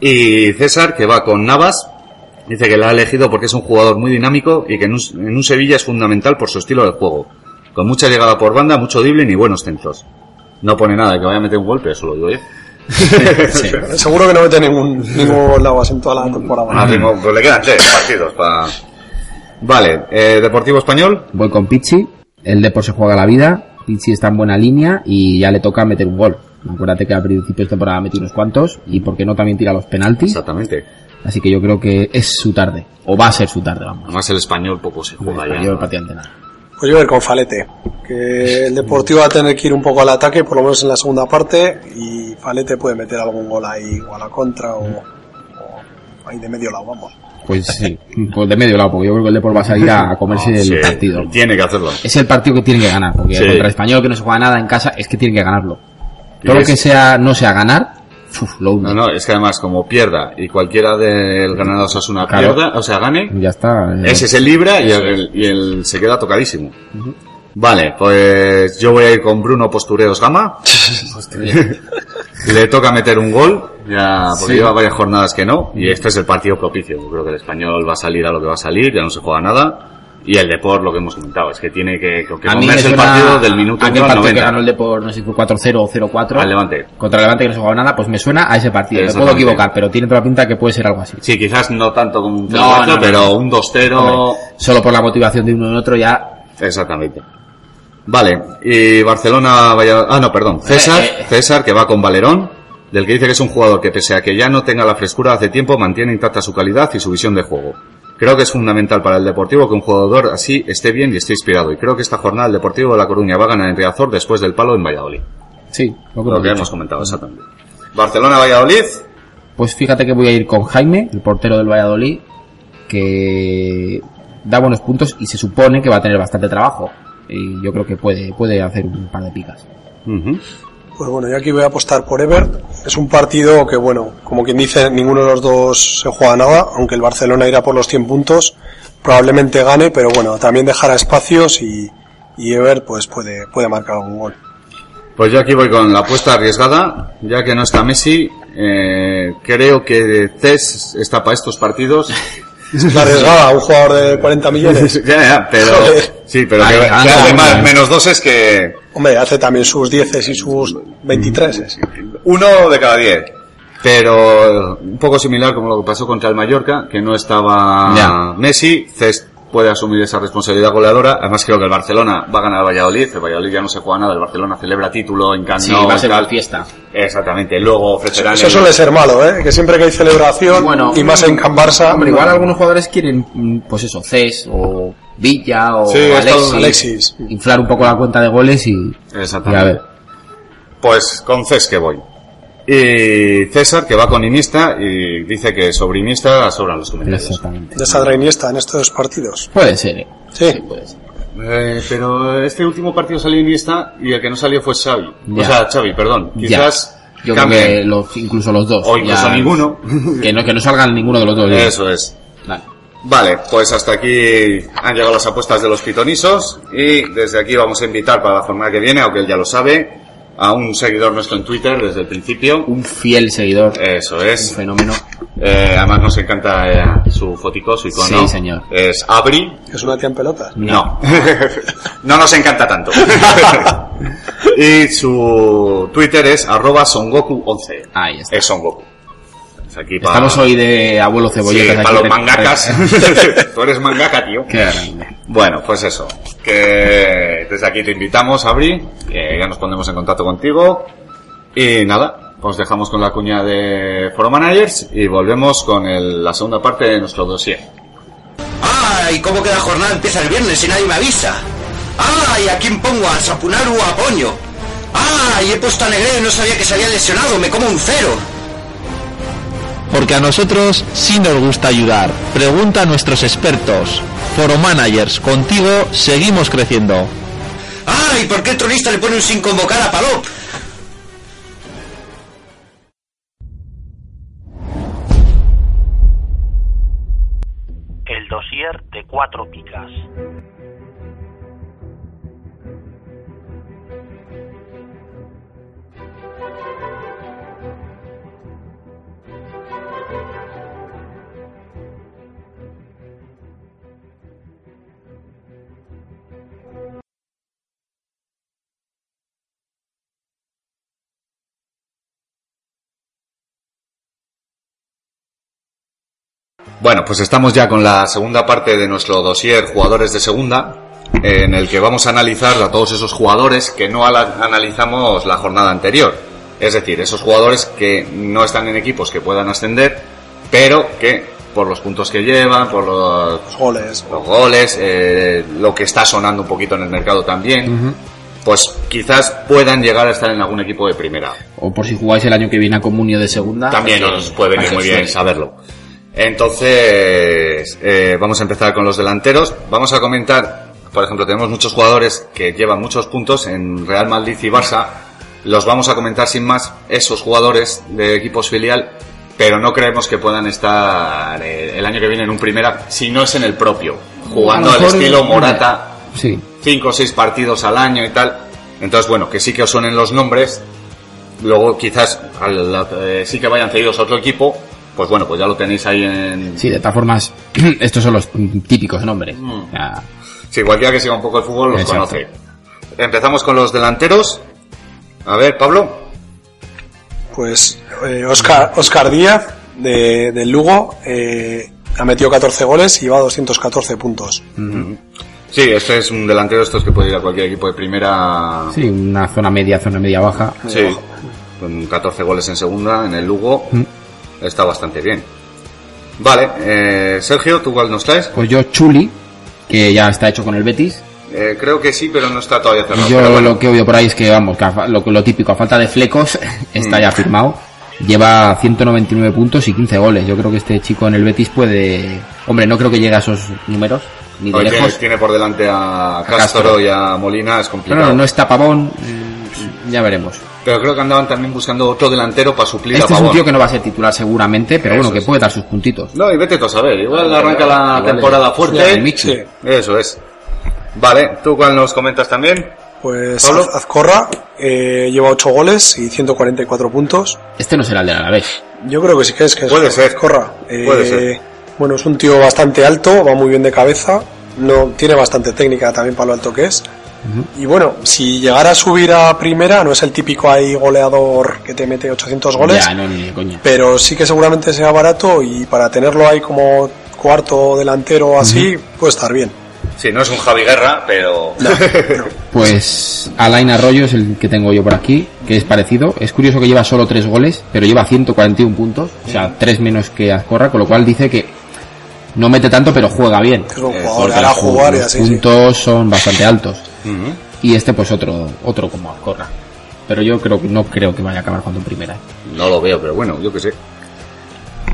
Speaker 3: Y César, que va con Navas, dice que la ha elegido porque es un jugador muy dinámico y que en un, en un Sevilla es fundamental por su estilo de juego, con mucha llegada por banda, mucho dribbling y buenos centros. No pone nada de que vaya a meter un golpe, eso lo digo yo.
Speaker 2: Seguro que no mete ningún, ningún Navas en toda la
Speaker 3: Ah,
Speaker 2: temporada.
Speaker 3: primo, pues le quedan tres partidos para... Vale, eh, Deportivo Español.
Speaker 5: Voy con Pichi, el Depor se juega la vida, Pichi está en buena línea y ya le toca meter un gol. Acuérdate que a principios de temporada metió unos cuantos y porque no también tira los penaltis,
Speaker 3: Exactamente.
Speaker 5: así que yo creo que es su tarde, o va a ser su tarde, vamos.
Speaker 3: Además el español poco se
Speaker 5: El
Speaker 3: juega ya.
Speaker 5: español
Speaker 3: ¿no?
Speaker 5: prácticamente nada.
Speaker 2: Pues yo voy a ir con Falete, que el Deportivo va a tener que ir un poco al ataque, por lo menos en la segunda parte, y Falete puede meter algún gol ahí, o a la contra, o, o ahí de medio lado, vamos.
Speaker 5: Pues sí, pues de medio lado, porque yo creo que el Depor va a salir a a comerse
Speaker 3: Sí,
Speaker 5: el partido.
Speaker 3: Tiene que hacerlo.
Speaker 5: Es el partido que tiene que ganar, porque
Speaker 3: Sí.
Speaker 5: contra el español que no se juega nada en casa, es que tiene que ganarlo.
Speaker 3: Y
Speaker 5: Todo lo
Speaker 3: es-
Speaker 5: que sea, no sea ganar, uf, lo hunde.
Speaker 3: No, no, es que además como pierda y cualquiera del Granada Osasuna
Speaker 5: Claro.
Speaker 3: pierda, o sea, gane,
Speaker 5: Ya está. eh,
Speaker 3: ese se libra y el, y el se queda tocadísimo. Vale, pues yo voy a ir con Bruno Postureos Gama. Le toca meter un gol, ya, porque lleva varias jornadas que no, y este es el partido propicio. Yo creo que el español va a salir a lo que va a salir, ya no se juega nada. Y el Depor, lo que hemos comentado, es que tiene que, que
Speaker 5: a mí me
Speaker 3: comerse el
Speaker 5: suena
Speaker 3: partido del minuto
Speaker 5: aquel
Speaker 3: uno al
Speaker 5: partido que
Speaker 3: 90.
Speaker 5: ganó el Depor, no sé si fue 4-0 o 0-4.
Speaker 3: Al Levante.
Speaker 5: Contra el Levante que no se jugaba nada, pues me suena a ese partido. Me puedo
Speaker 3: Exactamente.
Speaker 5: equivocar, pero tiene toda la pinta que puede ser algo así.
Speaker 3: Sí, quizás no tanto como un 0
Speaker 5: No, no, no.
Speaker 3: pero un 2-0.
Speaker 5: Hombre, Solo por la motivación de uno y otro ya...
Speaker 3: Exactamente. Vale, y Barcelona, Valladolid. Ah, no, perdón. César,
Speaker 5: Eh, eh.
Speaker 3: César, que va con Valerón, del que dice que es un jugador que, pese a que ya no tenga la frescura hace tiempo, mantiene intacta su calidad y su visión de juego. Creo que es fundamental para el Deportivo que un jugador así esté bien y esté inspirado. Y creo que esta jornada el Deportivo de La Coruña va a ganar en Riazor después del palo en Valladolid.
Speaker 5: Sí, lo creo
Speaker 3: Lo que
Speaker 5: que-
Speaker 3: hemos comentado, exactamente. Barcelona, Valladolid.
Speaker 5: Pues fíjate que voy a ir con Jaime, el portero del Valladolid, que da buenos puntos y se supone que va a tener bastante trabajo. Y yo creo que puede, puede hacer un par de picas.
Speaker 3: Ujú.
Speaker 2: Pues bueno, yo aquí voy a apostar por Ever. Es un partido que, bueno, como quien dice, ninguno de los dos se juega nada, aunque el Barcelona irá por los 100 puntos, probablemente gane, pero bueno, también dejará espacios y, y Ever pues puede, puede marcar algún gol.
Speaker 3: Pues yo aquí voy con la apuesta arriesgada, ya que no está Messi, eh, creo que Cés está para estos partidos.
Speaker 2: La arriesgada, un jugador de 40 millones.
Speaker 3: ya, ya, pero
Speaker 2: Joder.
Speaker 3: sí, pero
Speaker 5: Ay,
Speaker 3: que,
Speaker 5: anda,
Speaker 3: que hace
Speaker 5: anda.
Speaker 3: más- menos dos es que
Speaker 2: Hombre, hace también sus 10 y sus 23.
Speaker 3: uno de cada diez. Pero un poco similar como lo que pasó contra el Mallorca, que no estaba
Speaker 5: Ya.
Speaker 3: Messi, Cés puede asumir esa responsabilidad goleadora. Además creo que el Barcelona va a ganar al Valladolid, el Valladolid ya no se juega nada, el Barcelona celebra título en Camp
Speaker 5: Sí,
Speaker 3: Nou,
Speaker 5: va a ser
Speaker 3: en tal.
Speaker 5: una fiesta.
Speaker 3: Exactamente, luego ofrecerán
Speaker 2: Eso
Speaker 3: el-
Speaker 2: suele ser malo, ¿eh? Que siempre que hay celebración,
Speaker 5: Bueno,
Speaker 2: y más en Can Barça,
Speaker 5: Hombre, igual algunos jugadores quieren, mm, pues eso, Cés o Villa o
Speaker 2: Sí, ha estado
Speaker 5: Alexis,
Speaker 2: Alexis.
Speaker 5: Inflar un poco la cuenta de goles y, y a
Speaker 3: Exactamente.
Speaker 5: ver.
Speaker 3: Pues con Cés que voy. Y César, que va con Iniesta, y dice que sobre Iniesta sobran los comentarios.
Speaker 5: Exactamente.
Speaker 2: de Sandra Iniesta en estos partidos.
Speaker 5: Puede ser, eh.
Speaker 2: Sí.
Speaker 5: puede ser.
Speaker 3: Eh, pero este último partido salió Iniesta y el que no salió fue Xavi. O
Speaker 5: Ya.
Speaker 3: sea, Xavi, perdón.
Speaker 5: Ya.
Speaker 3: Quizás
Speaker 5: Yo creo
Speaker 3: cambie.
Speaker 5: que los, incluso los dos.
Speaker 3: O incluso ninguno.
Speaker 5: Que no, que no salgan ninguno de los dos.
Speaker 3: Eso es.
Speaker 5: Vale.
Speaker 3: Vale, pues hasta aquí han llegado las apuestas de los pitonisos y desde aquí vamos a invitar para la jornada que viene, aunque él ya lo sabe, a un seguidor nuestro en Twitter desde el principio.
Speaker 5: Un fiel seguidor.
Speaker 3: Eso
Speaker 5: Un
Speaker 3: es.
Speaker 5: fenómeno.
Speaker 3: Eh, además nos encanta eh, su fotico, su icono.
Speaker 5: Sí, señor.
Speaker 3: Es Abri.
Speaker 2: Es una tía en pelotas.
Speaker 3: No. no nos encanta tanto. y su Twitter es arroba songoku11.
Speaker 5: Ahí Ah, está.
Speaker 3: Es Songoku. Es aquí pa-
Speaker 5: Estamos hoy de abuelo cebolletas.
Speaker 3: Sí,
Speaker 5: aquí
Speaker 3: para los
Speaker 5: pre-
Speaker 3: mangakas. Tú eres mangaka, tío.
Speaker 5: Qué grande.
Speaker 3: Bueno, pues eso. Que desde aquí te invitamos, Abri. que ya nos pondremos en contacto contigo. Y nada, os dejamos con la cuña de Foro Managers y volvemos con el- la segunda parte de nuestro dossier.
Speaker 8: ¡Ay! ¿Cómo queda jornada? Empieza el viernes y nadie me avisa. ¡Ay! ¿A quién pongo? ¿A Sapunaru o a Poño? ¡Ay! He puesto a Negredo y no sabía que se había lesionado. Me como un cero.
Speaker 9: Porque a nosotros sí nos gusta ayudar. Pregunta a nuestros expertos. Foro Managers, contigo seguimos creciendo.
Speaker 8: ¡Ay! ¿Por qué el tronista le pone un sin convocar a Palop?
Speaker 10: El dossier de cuatro picas.
Speaker 3: Bueno, pues estamos ya con la segunda parte de nuestro dossier Jugadores de Segunda, en el que vamos a analizar a todos esos jugadores que no ala- analizamos la jornada anterior. Es decir, esos jugadores que no están en equipos que puedan ascender, pero que por los puntos que llevan, por los,
Speaker 2: Los goles.
Speaker 3: los goles, eh, lo que está sonando un poquito en el mercado también, pues quizás puedan llegar a estar en algún equipo de primera.
Speaker 5: O por si jugáis el año que viene a Comunio de segunda.
Speaker 3: También nos puede venir muy bien saberlo. Entonces, eh, vamos a empezar con los delanteros. Vamos a comentar, por ejemplo, tenemos muchos jugadores que llevan muchos puntos en Real Madrid y Barça. Los vamos a comentar sin más esos jugadores de equipos filial, pero no creemos que puedan estar eh, el año que viene en un primera, si no es en el propio, jugando
Speaker 5: A lo
Speaker 3: al
Speaker 5: mejor-
Speaker 3: estilo Morata
Speaker 5: Sí.
Speaker 3: cinco o seis partidos al año y tal. Entonces, bueno, que sí que os suenen los nombres. Luego, quizás al- la- eh, sí que vayan cedidos a otro equipo. Pues bueno, pues ya lo tenéis ahí en.
Speaker 5: Sí, de todas formas, estos son los típicos nombres.
Speaker 3: Mm.
Speaker 5: O sea,
Speaker 3: Sí, cualquiera que siga un poco el fútbol los
Speaker 5: Exacto.
Speaker 3: conoce. Empezamos con los delanteros. A ver, Pablo.
Speaker 2: Pues eh, Oscar, Oscar Díaz de, del Lugo eh, ha metido 14 goles y lleva 214 puntos.
Speaker 3: Sí, este es un delantero, estos que puede ir a cualquier equipo de primera.
Speaker 5: sí, una zona media, zona media baja.
Speaker 3: Sí. Con 14 goles en segunda, en el Lugo.
Speaker 5: Mm.
Speaker 3: Está bastante bien. Vale, eh, Sergio, ¿tú cuál nos traes?
Speaker 5: Pues yo, Chuli, que ya está hecho con el Betis.
Speaker 3: Eh, creo que sí, pero no está todavía cerrado.
Speaker 5: Y yo
Speaker 3: pero bueno.
Speaker 5: lo que oigo por ahí es que, vamos, que a fa- lo, lo típico, a falta de flecos, está
Speaker 3: Mm.
Speaker 5: ya firmado. Lleva 199 puntos y 15 goles. Yo creo que este chico en el Betis puede... Hombre, no creo que llegue a esos números, ni de
Speaker 3: Hoy tiene,
Speaker 5: lejos.
Speaker 3: tiene por delante a Castro,
Speaker 5: Castro.
Speaker 3: y a Molina, es complicado.
Speaker 5: Claro, no está Pavón, mm, ya veremos.
Speaker 3: Pero creo que andaban también buscando otro delantero para suplir
Speaker 5: Este
Speaker 3: a
Speaker 5: es un
Speaker 3: Pavón.
Speaker 5: tío que no va a ser titular seguramente, pero bueno, que puede dar sus puntitos.
Speaker 3: No, y vete tú a saber, igual arranca la
Speaker 5: Igual le-
Speaker 3: temporada
Speaker 5: Sí,
Speaker 3: fuerte.
Speaker 5: al Michu.
Speaker 3: Sí. Eso es. Vale, ¿tú cuál nos comentas también?
Speaker 2: Pues
Speaker 3: Pablo.
Speaker 2: Az- Azcorra eh, lleva 8 goles y 144 puntos.
Speaker 5: Este no será el del Alavés.
Speaker 2: Yo creo que sí que es que es
Speaker 3: Puede ser.
Speaker 2: Azcorra. Eh,
Speaker 3: Puede ser.
Speaker 2: Bueno, es un tío bastante alto, va muy bien de cabeza, no tiene bastante técnica también para lo alto que es. Y bueno, si llegara a subir a primera, no es el típico ahí goleador que te mete 800 goles,
Speaker 5: Ya, no, ni de coña.
Speaker 2: pero sí que seguramente sea barato y para tenerlo ahí como cuarto delantero o así, puede estar bien.
Speaker 3: Sí, no es un Javi Guerra, pero...
Speaker 5: Pues Alain Arroyo es el que tengo yo por aquí, que es parecido. Es curioso que lleva solo 3 goles, pero lleva 141 puntos, o sea, 3 menos que Azcorra, con lo cual dice que no mete tanto, pero juega bien.
Speaker 2: Es un
Speaker 3: Eh,
Speaker 2: jugador,
Speaker 3: porque
Speaker 2: hará jugar y
Speaker 5: los
Speaker 2: así. sí.
Speaker 5: puntos son bastante altos.
Speaker 3: Ujú.
Speaker 5: Y este pues otro otro como Azcorra. Pero yo creo que no creo que vaya a acabar jugando en primera. ¿eh?
Speaker 3: No lo veo, pero bueno, yo qué sé.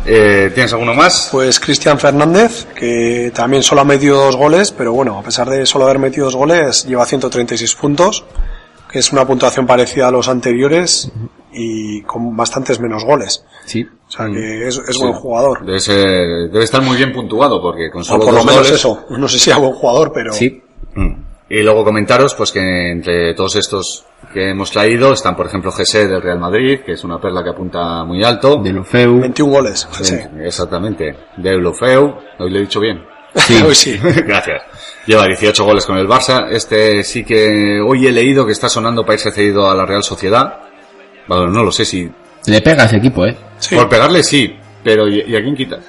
Speaker 3: Eh, ¿Tienes alguno más?
Speaker 2: Pues Cristian Fernández, que también solo ha metido dos goles, pero bueno, a pesar de solo haber metido dos goles, lleva 136 puntos, que es una puntuación parecida a los anteriores y con bastantes menos goles.
Speaker 5: Sí.
Speaker 2: O sea que es, es
Speaker 3: Sí.
Speaker 2: buen jugador.
Speaker 3: Debe, ser- debe estar muy bien puntuado, porque con
Speaker 2: O
Speaker 3: solo
Speaker 2: por lo
Speaker 3: dos
Speaker 2: menos
Speaker 3: goles-
Speaker 2: eso. No sé si es buen jugador, pero
Speaker 5: Sí.
Speaker 3: Mm. Y Y luego comentaros pues que entre todos estos que hemos traído están, por ejemplo, GC del Real Madrid, que es una perla que apunta muy alto.
Speaker 5: De Lofeu.
Speaker 2: 21 goles, sí,
Speaker 3: Exactamente. De Lofeu. Hoy lo he dicho bien.
Speaker 2: Sí. hoy sí.
Speaker 3: Gracias. Lleva 18 goles con el Barça. Este sí que hoy he leído que está sonando para irse cedido a la Real Sociedad. Bueno, no lo sé si...
Speaker 5: Le pega a ese equipo, ¿eh?
Speaker 3: Sí. Por pegarle sí, pero ¿y, y a quién quitas?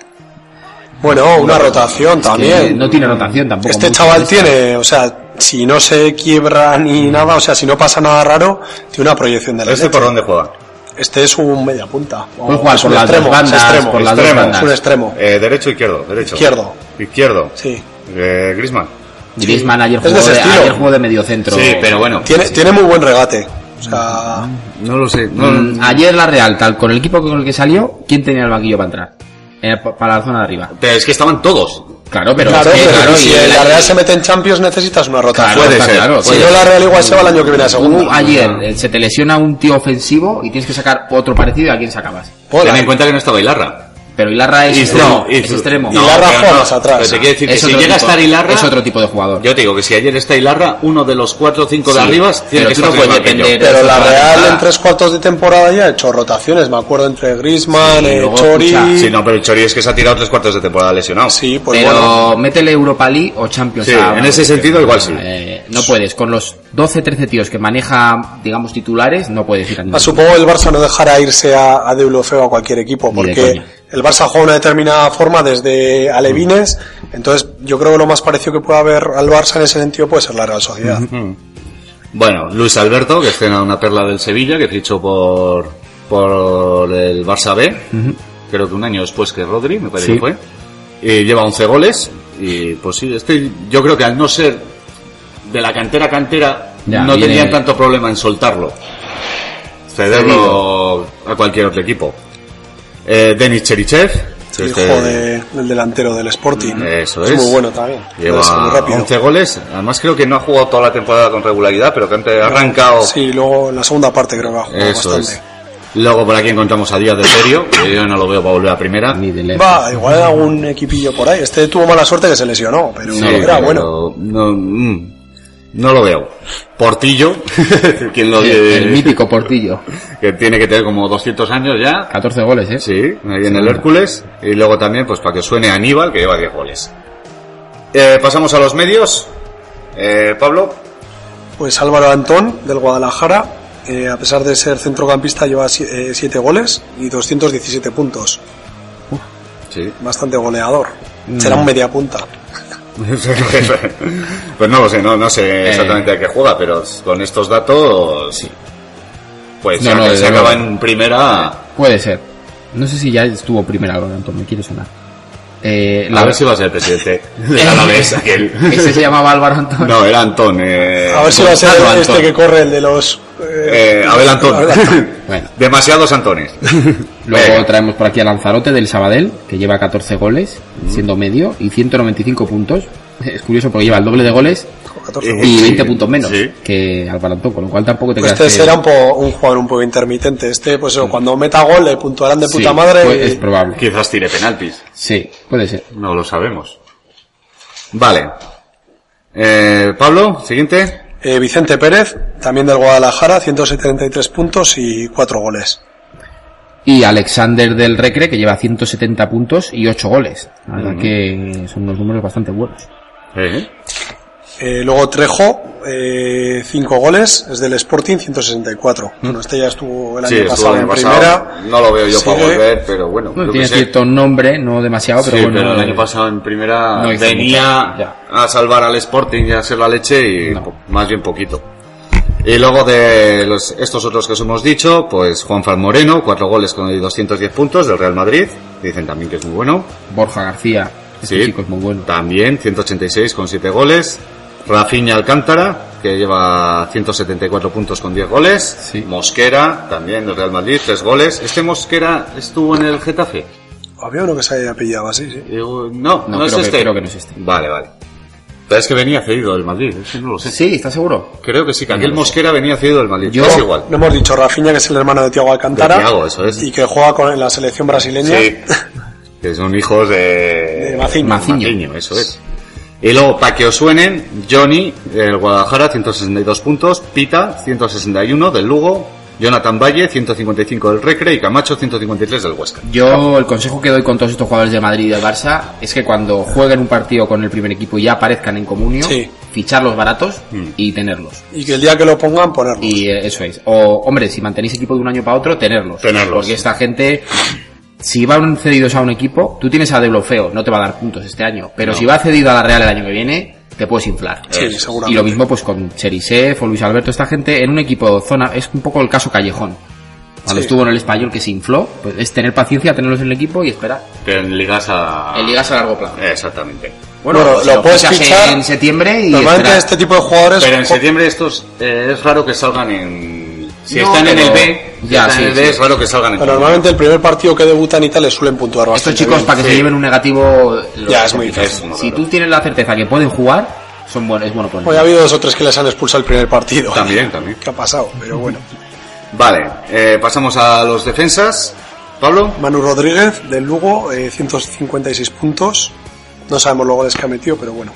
Speaker 2: Bueno, una rotación también.
Speaker 5: No tiene rotación tampoco.
Speaker 2: Este
Speaker 5: mucho,
Speaker 2: chaval tiene, o sea, si no se quiebra
Speaker 5: Mm.
Speaker 2: ni nada, o sea, si no pasa nada raro, tiene una proyección de la
Speaker 3: ¿Este por dónde juega?
Speaker 2: Este es un media punta.
Speaker 5: Puede jugar por las dos bandas,
Speaker 2: extremo,
Speaker 5: por las dos
Speaker 2: extremo,
Speaker 5: bandas.
Speaker 2: es un extremo.
Speaker 3: Eh, derecho, izquierdo, derecho.
Speaker 2: Izquierdo.
Speaker 3: Izquierdo.
Speaker 2: Sí.
Speaker 3: Eh, Griezmann.
Speaker 5: Griezmann ayer
Speaker 2: Es de
Speaker 5: jugó,
Speaker 2: ese
Speaker 5: de,
Speaker 2: estilo.
Speaker 5: ayer jugó de medio centro.
Speaker 3: Sí, pero bueno.
Speaker 2: Tiene, tiene muy buen regate. O sea,
Speaker 3: No lo sé. no-
Speaker 5: Mm, ayer la Real, tal con el equipo con el que salió, ¿quién tenía el banquillo para entrar? Eh, pa- para la zona de arriba.
Speaker 3: Pero es que estaban todos.
Speaker 5: Claro, pero
Speaker 2: claro,
Speaker 5: es que,
Speaker 2: pero
Speaker 5: claro,
Speaker 2: si
Speaker 5: y el-
Speaker 2: la Real se mete en Champions necesitas una rotación.
Speaker 3: Puede
Speaker 5: está
Speaker 3: ser.
Speaker 5: claro, pues Uh,
Speaker 2: si
Speaker 5: puede
Speaker 2: no,
Speaker 5: ser.
Speaker 2: la Real igual se va el año que viene a
Speaker 5: Tú
Speaker 2: segunda.
Speaker 5: ayer eh, se te lesiona un tío ofensivo y tienes que sacar otro parecido a quién sacabas.
Speaker 2: Joder.
Speaker 3: Ten en cuenta que no estaba Ilarra.
Speaker 5: Pero Ilarra es
Speaker 3: Y-
Speaker 5: extremo.
Speaker 3: no, y-
Speaker 5: es extremo.
Speaker 2: y- Ilarra
Speaker 3: pero
Speaker 2: juega más atrás.
Speaker 3: Pero te quiero decir que
Speaker 5: Es
Speaker 3: si
Speaker 5: otro
Speaker 3: llega a
Speaker 5: tipo-
Speaker 3: estar Ilarra.
Speaker 5: Es otro tipo de jugador.
Speaker 3: Yo te digo que si ayer está Ilarra, uno de los cuatro o cinco de
Speaker 5: Sí,
Speaker 3: arriba tiene
Speaker 5: pero
Speaker 3: que
Speaker 5: tú
Speaker 3: estar
Speaker 5: no puedes
Speaker 3: en el banquillo.
Speaker 5: depender-
Speaker 2: Pero la
Speaker 5: Eso
Speaker 2: Real
Speaker 5: está-
Speaker 2: en tres cuartos de temporada ya ha hecho rotaciones, me acuerdo, entre Griezmann,
Speaker 5: Sí,
Speaker 2: eh,
Speaker 5: luego,
Speaker 2: Chori...
Speaker 5: escucha,
Speaker 3: Sí, no, pero el Chori es que se ha tirado tres cuartos de temporada lesionado.
Speaker 2: Sí, pues
Speaker 5: pero
Speaker 2: bueno.
Speaker 5: métele Europa League o Champions
Speaker 3: Sí,
Speaker 5: a una
Speaker 3: en ese
Speaker 5: competición.
Speaker 3: sentido igual sí.
Speaker 5: Eh, no puedes. Con los 12, 13 tíos que maneja, digamos, titulares, no puedes ir a ningún
Speaker 2: Ah, supongo que el Barça no dejará irse a, a Deulofeo a cualquier equipo,
Speaker 5: Ni de
Speaker 2: porque
Speaker 5: coña.
Speaker 2: el Barça juega una determinada forma desde Alevines, entonces yo creo que lo más parecido que pueda haber al Barça en ese sentido puede ser la Real Sociedad.
Speaker 3: Bueno, Luis Alberto, que escena una perla del Sevilla, que fichó por, por el Barça B, creo que un año después que Rodri, me parece
Speaker 5: Sí.
Speaker 3: que fue. Y lleva 11 goles, y pues sí, este, yo creo que al no ser de la cantera a cantera,
Speaker 5: Ya,
Speaker 3: no
Speaker 5: viene-
Speaker 3: tenían tanto problema en soltarlo, cederlo a cualquier otro equipo. Eh, Denis Cherichev,
Speaker 2: el
Speaker 3: este-
Speaker 2: hijo de- del delantero del Sporting.
Speaker 3: Eso
Speaker 2: es.
Speaker 3: es.
Speaker 2: muy bueno también. Debe ser muy
Speaker 3: Lleva
Speaker 2: rápido.
Speaker 3: 11 goles. Además creo que no ha jugado toda la temporada con regularidad, pero que antes ha arrancado.
Speaker 2: Sí, luego en la segunda parte creo que ha jugado
Speaker 3: Eso
Speaker 2: bastante.
Speaker 3: es. Luego por aquí encontramos a Díaz de Serio, que yo no lo veo para volver a primera.
Speaker 5: ni de lejos.
Speaker 2: Va, igual algún equipillo por ahí. Este tuvo mala suerte que se lesionó, pero
Speaker 3: Sí,
Speaker 2: era
Speaker 3: pero
Speaker 2: bueno.
Speaker 3: No, mm, no lo veo. Portillo, quien lo
Speaker 5: El mítico Portillo.
Speaker 3: que tiene que tener como 200 años ya.
Speaker 5: 14 goles, ¿eh?
Speaker 3: Sí, ahí en el Hércules. Y luego también, pues para que suene Aníbal, que lleva 10 goles. Eh, pasamos a los medios. Eh, Pablo,
Speaker 2: Pues Álvaro Antón, del Guadalajara, eh, a pesar de ser centrocampista, lleva 7 goles y 217 puntos.
Speaker 3: sí. Mm.
Speaker 2: Bastante goleador. Será un media punta.
Speaker 3: pues no lo sé, no, no sé exactamente a qué juega, pero con estos datos, pues
Speaker 5: No,
Speaker 3: se,
Speaker 5: no,
Speaker 3: ac-
Speaker 5: desde
Speaker 3: se acaba
Speaker 5: luego.
Speaker 3: en primera.
Speaker 5: Puede ser. No sé si ya estuvo primera algo, Anton, me quiere sonar. Eh,
Speaker 3: A ver si va a ser el presidente del
Speaker 5: Eh,
Speaker 3: Alavés, aquel.
Speaker 5: Ese se llamaba Álvaro Antonio.
Speaker 3: No, era Antón. Eh,
Speaker 2: A ver si va a ser
Speaker 5: Gonzalo Antón.
Speaker 2: este que corre, el de los...
Speaker 3: eh, Abel Antón.
Speaker 2: Abel Antón.
Speaker 5: Bueno,
Speaker 3: Demasiados Antones.
Speaker 5: luego
Speaker 3: Venga.
Speaker 5: traemos por aquí a Lanzarote del Sabadell, que lleva 14 goles,
Speaker 3: Mm.
Speaker 5: siendo medio, y 195 puntos. Es curioso porque lleva el doble de goles
Speaker 2: 14
Speaker 3: Eh,
Speaker 5: y
Speaker 3: Sí,
Speaker 5: 20 puntos menos
Speaker 3: sí.
Speaker 5: que Álvaro Antón, con lo cual tampoco te
Speaker 2: Pues
Speaker 5: creas
Speaker 2: Este
Speaker 5: que-
Speaker 2: será un, po- un jugador un poco intermitente. Este, pues
Speaker 3: Mm.
Speaker 2: eso, cuando meta gol le puntuarán de
Speaker 5: Sí,
Speaker 2: puta madre.
Speaker 5: pues,
Speaker 2: y-
Speaker 5: es probable.
Speaker 3: Quizás tire penaltis.
Speaker 5: Sí, puede ser.
Speaker 3: No lo sabemos. Vale. Eh, Pablo, siguiente.
Speaker 2: Eh, Vicente Pérez, también del Guadalajara, 173 puntos y 4 goles.
Speaker 5: Y Alexander del Recre, que lleva 170 puntos y 8 goles. La
Speaker 3: Mm.
Speaker 5: verdad que son unos números bastante buenos.
Speaker 3: Eh,
Speaker 2: Eh, luego Trejo, 5 goles, es del Sporting, 164. Bueno, este ya estuvo el año
Speaker 3: Mm. sí, estuvo
Speaker 2: pasado
Speaker 3: el
Speaker 2: en
Speaker 3: año pasado.
Speaker 2: primera.
Speaker 3: No lo veo yo para
Speaker 2: Sigue.
Speaker 3: volver, pero bueno.
Speaker 5: Bueno,
Speaker 3: yo
Speaker 5: tiene
Speaker 3: qué sé.
Speaker 5: cierto nombre, no demasiado, pero
Speaker 3: sí,
Speaker 5: bueno.
Speaker 3: pero el
Speaker 5: eh,
Speaker 3: año pasado en primera
Speaker 5: no hizo
Speaker 3: venía
Speaker 5: mucho, ya.
Speaker 3: a salvar al Sporting y a hacer la leche y po- más bien poquito. Y luego de los, estos otros que os hemos dicho, pues Juanfran Moreno, cuatro goles con 210 puntos del Real Madrid, dicen también que es muy bueno.
Speaker 5: Borja García, este
Speaker 3: Sí.
Speaker 5: chico es muy bueno.
Speaker 3: También 186 con 7 goles. Rafinha Alcántara, que lleva 174 puntos con 10 goles.
Speaker 5: Sí.
Speaker 3: Mosquera, también del Real Madrid, 3 goles. Este Mosquera estuvo en el Getafe.
Speaker 2: Había uno que se haya pillado así, sí.
Speaker 3: Eh, No, no,
Speaker 5: No,
Speaker 3: es
Speaker 5: creo que-
Speaker 3: este.
Speaker 5: creo que no es este.
Speaker 3: Vale, vale. Pero es que venía cedido del Madrid, es que no lo sé.
Speaker 5: Sí, ¿estás seguro?
Speaker 3: Creo que sí, que
Speaker 5: No
Speaker 3: aquel
Speaker 5: lo sé.
Speaker 3: Mosquera venía cedido del Madrid.
Speaker 5: Yo-
Speaker 3: es igual.
Speaker 2: No hemos dicho Rafinha, que es el hermano de Tiago Alcántara.
Speaker 3: De Thiago, eso es.
Speaker 2: Y que juega con, en la selección brasileña.
Speaker 3: Sí. que son hijos de...
Speaker 2: De Maciño.
Speaker 5: Maciño.
Speaker 3: Maciño, eso es. Y luego, para que os suenen, Johnny del Guadalajara, 162 puntos, Pita, 161 del Lugo, Jonathan Valle, 155 del Recre y Camacho, 153 del Huesca.
Speaker 5: Yo el consejo que doy con todos estos jugadores de Madrid y del Barça es que cuando jueguen un partido con el primer equipo y ya aparezcan en comunio,
Speaker 2: Sí.
Speaker 5: ficharlos baratos
Speaker 3: Mm.
Speaker 5: y tenerlos.
Speaker 2: Y que el día que lo pongan, ponerlo.
Speaker 5: Y eh, eso es. O, hombre, si mantenéis equipo de un año para otro, tenerlos.
Speaker 3: Tenerlos.
Speaker 5: Porque esta gente, si van cedidos a un equipo, tú tienes a De Blofeo, no te va a dar puntos este año. Pero
Speaker 3: No.
Speaker 5: si va cedido a la Real el año que viene, te puedes inflar.
Speaker 2: Sí,
Speaker 5: Eso es.
Speaker 2: seguramente.
Speaker 5: Y lo mismo pues con Cherisev o Luis Alberto, esta gente en un equipo de zona, es un poco el caso Callejón. Cuando
Speaker 2: Sí.
Speaker 5: estuvo en el español que se infló, pues es tener paciencia, tenerlos en el equipo y esperar.
Speaker 3: En ligas a...
Speaker 5: Ah. En ligas a largo plazo.
Speaker 3: Exactamente.
Speaker 2: Eh, Bueno,
Speaker 5: pues,
Speaker 2: lo
Speaker 5: si
Speaker 2: puedes
Speaker 5: fichas
Speaker 2: fichar
Speaker 5: en septiembre y
Speaker 2: Normalmente
Speaker 5: esperar.
Speaker 2: este tipo de jugadores
Speaker 3: Pero en
Speaker 2: jo-
Speaker 3: septiembre estos eh, es raro que salgan en... Si
Speaker 5: No,
Speaker 3: están en el
Speaker 5: pero-
Speaker 3: B, si
Speaker 5: Ya,
Speaker 3: están
Speaker 5: sí,
Speaker 3: en el B
Speaker 5: sí.
Speaker 3: es raro que salgan en
Speaker 2: pero normalmente el primer partido que debutan y tal les suelen puntuar bastante.
Speaker 5: Estos chicos,
Speaker 2: bien.
Speaker 5: para que se
Speaker 3: sí.
Speaker 5: lleven un negativo, lo-
Speaker 2: Ya, es muy difícil.
Speaker 3: Es uno
Speaker 5: si
Speaker 3: raro.
Speaker 5: tú tienes la certeza que pueden jugar, son buenos, es bueno ponerlos.
Speaker 2: Hoy Pues ha habido dos o tres que les han expulsado el primer partido.
Speaker 3: También, también.
Speaker 2: ¿Qué ha pasado? Pero bueno.
Speaker 3: Vale, eh, pasamos a los defensas. Pablo,
Speaker 2: Manu Rodríguez del Lugo, eh, 156 puntos. No sabemos los goles que ha metido, pero bueno.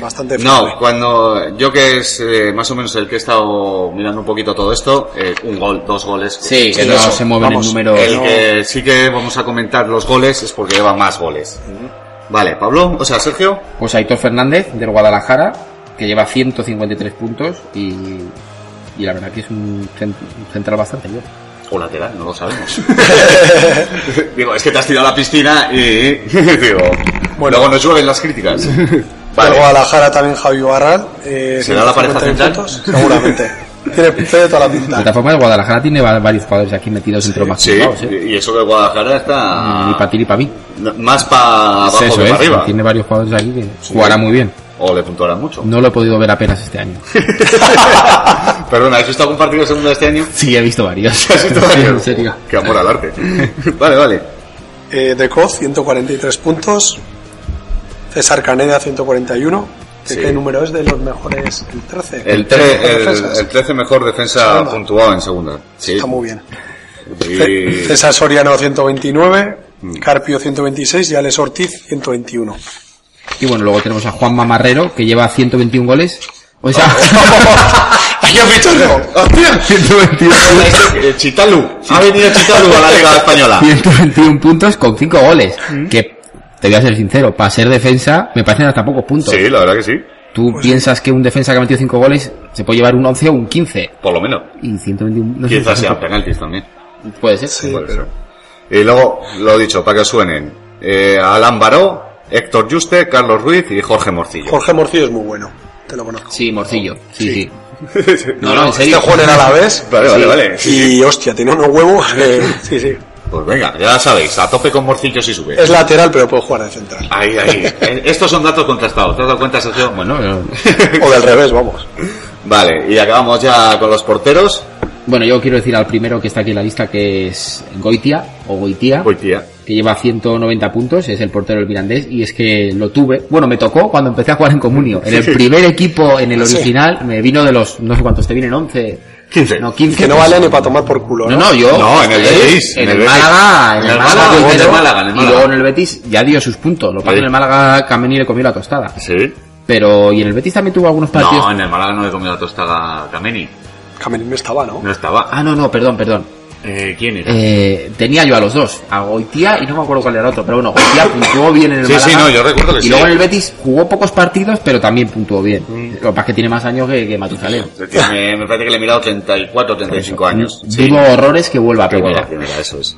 Speaker 2: Bastante fiable.
Speaker 3: No, cuando yo que es eh, más o menos el que he estado mirando un poquito todo esto, eh, un gol, dos goles.
Speaker 5: Sí, que
Speaker 3: El-
Speaker 5: no
Speaker 2: eso,
Speaker 5: se mueven
Speaker 2: vamos,
Speaker 5: en números.
Speaker 3: el que sí que vamos a comentar los goles es porque lleva más goles. Vale, Pablo, o sea, Sergio,
Speaker 5: Pues Aitor Fernández del Guadalajara, que lleva 153 puntos y, y la verdad que es un, cent- un central bastante bien.
Speaker 3: o lateral, no lo sabemos. digo, es que te has tirado a la piscina y digo,
Speaker 2: Bueno.
Speaker 3: luego nos llueven las críticas.
Speaker 2: Del
Speaker 3: Vale,
Speaker 2: Guadalajara también Javi Barral. Eh,
Speaker 3: ¿Será la pareja
Speaker 2: 151
Speaker 3: central?
Speaker 2: puntos. Seguramente. tiene, tiene toda la
Speaker 5: De
Speaker 2: pinta.
Speaker 5: todas formas, el Guadalajara tiene va- varios jugadores aquí metidos entre los más
Speaker 3: sí,
Speaker 5: puntuados, ¿eh?
Speaker 3: y eso que Guadalajara está
Speaker 5: Ni para ti ni para mí.
Speaker 3: más para abajo
Speaker 5: Eso
Speaker 3: que
Speaker 5: es,
Speaker 3: para arriba.
Speaker 5: tiene varios jugadores aquí que jugará muy bien.
Speaker 3: O le puntuará mucho.
Speaker 5: No lo he podido ver apenas este año.
Speaker 3: Perdona, ¿has visto algún partido de segunda este año?
Speaker 5: Sí, he visto varios.
Speaker 3: ¿Has visto varios?
Speaker 5: en serio.
Speaker 3: Qué amor al arte. Vale, vale.
Speaker 2: Eh, De Coz, 143 puntos. César Caneda, 141. ¿De
Speaker 3: Sí.
Speaker 2: ¿Qué número es de los mejores? El 13.
Speaker 3: El,
Speaker 2: mejor
Speaker 3: 3
Speaker 2: defensas.
Speaker 3: el, el 13 mejor defensa
Speaker 2: Segunda.
Speaker 3: puntuado en segunda. Sí.
Speaker 2: Está muy bien.
Speaker 3: Y- Mm.
Speaker 2: César Soriano, 129. Carpio, 126. Y Alex Ortiz, 121.
Speaker 5: Y bueno, luego tenemos a Juan Mamarrero, que lleva 121 goles. O sea,
Speaker 2: ¡Aquí ha fichado!
Speaker 3: ¡Hostia!
Speaker 5: 121,
Speaker 3: Eh, Chitalu. Ha venido Chitalu a la Liga Española.
Speaker 5: 121 puntos con 5 goles. Que, te voy a ser sincero, para ser defensa me parecen hasta pocos puntos.
Speaker 3: Sí, la verdad que sí.
Speaker 5: Tú piensas que un defensa que ha metido 5 goles se puede llevar un 11 o un 15.
Speaker 3: Por lo menos.
Speaker 5: Y 121... No sé
Speaker 3: Quizás
Speaker 5: si-
Speaker 3: sean penaltis también.
Speaker 5: Puede ser.
Speaker 3: Puede ser. Y luego, lo dicho, para que suenen. Eh, Alan Baró, Héctor Juste, Carlos Ruiz y Jorge Morcillo.
Speaker 2: Jorge Morcillo es muy bueno. Te lo conozco.
Speaker 5: Sí, Morcillo. Sí, sí.
Speaker 3: No,
Speaker 5: no, en serio.
Speaker 2: Este juega en Alavés.
Speaker 3: Vale, vale, vale.
Speaker 2: Y hostia, tiene unos huevos. eh, sí, sí.
Speaker 3: Pues venga, ya sabéis, a tope con Morcillo si sube.
Speaker 2: Es lateral, pero puede jugar de central.
Speaker 3: Ahí, ahí. Eh, Estos son datos contrastados. ¿Te has dado cuenta, Sergio? eh.
Speaker 5: Bueno, no-
Speaker 2: O del revés, vamos.
Speaker 3: Vale, y acabamos ya con los porteros.
Speaker 5: bueno, yo quiero decir al primero que está aquí en la lista que es Goitia o Goitia.
Speaker 3: Uy, tía.
Speaker 5: que lleva 190 puntos, es el portero del Mirandés, y es que lo tuve, bueno, me tocó cuando empecé a jugar en Comunio, en el primer equipo, en el
Speaker 2: Sí.
Speaker 5: original, me vino de los, no sé cuántos te vienen, 11,
Speaker 3: 15.
Speaker 5: no, 15.
Speaker 2: Que no vale ni para tomar por culo,
Speaker 5: No,
Speaker 2: ¿no?
Speaker 5: no, yo.
Speaker 3: No, en el
Speaker 5: eh,
Speaker 3: Betis,
Speaker 5: En
Speaker 3: en
Speaker 5: el
Speaker 3: el
Speaker 5: Málaga, en
Speaker 3: Betis.
Speaker 5: el
Speaker 3: En el
Speaker 5: Málaga,
Speaker 3: Málaga,
Speaker 5: primero,
Speaker 3: en el Málaga, en el
Speaker 5: Y
Speaker 3: Málaga.
Speaker 5: luego en el Betis ya dio sus puntos. Lo pasa
Speaker 3: Sí.
Speaker 5: en el Málaga, Cameni le comió la tostada.
Speaker 3: Sí.
Speaker 5: Pero, y en el Betis también tuvo algunos partidos.
Speaker 3: No, en el Málaga no le he comido la tostada a Kameni.
Speaker 2: Camerín no estaba, ¿no?
Speaker 3: No estaba.
Speaker 5: Ah, no, no, perdón, perdón.
Speaker 3: Eh, ¿Quién era?
Speaker 5: Eh, tenía yo a los dos, a Goitia y no me acuerdo cuál era el otro, pero bueno, Goitia puntuó bien en el
Speaker 3: Sí,
Speaker 5: Málaga.
Speaker 3: sí, no, yo recuerdo que
Speaker 5: y
Speaker 3: sí.
Speaker 5: luego en el Betis jugó pocos partidos, pero también puntuó bien. Lo que pasa es que tiene más años que, que Matusalén.
Speaker 3: me, me parece que le he mirado 34 35 años. Sí.
Speaker 5: Digo horrores que vuelva a
Speaker 3: Primera,
Speaker 5: primera.
Speaker 3: primera, eso es.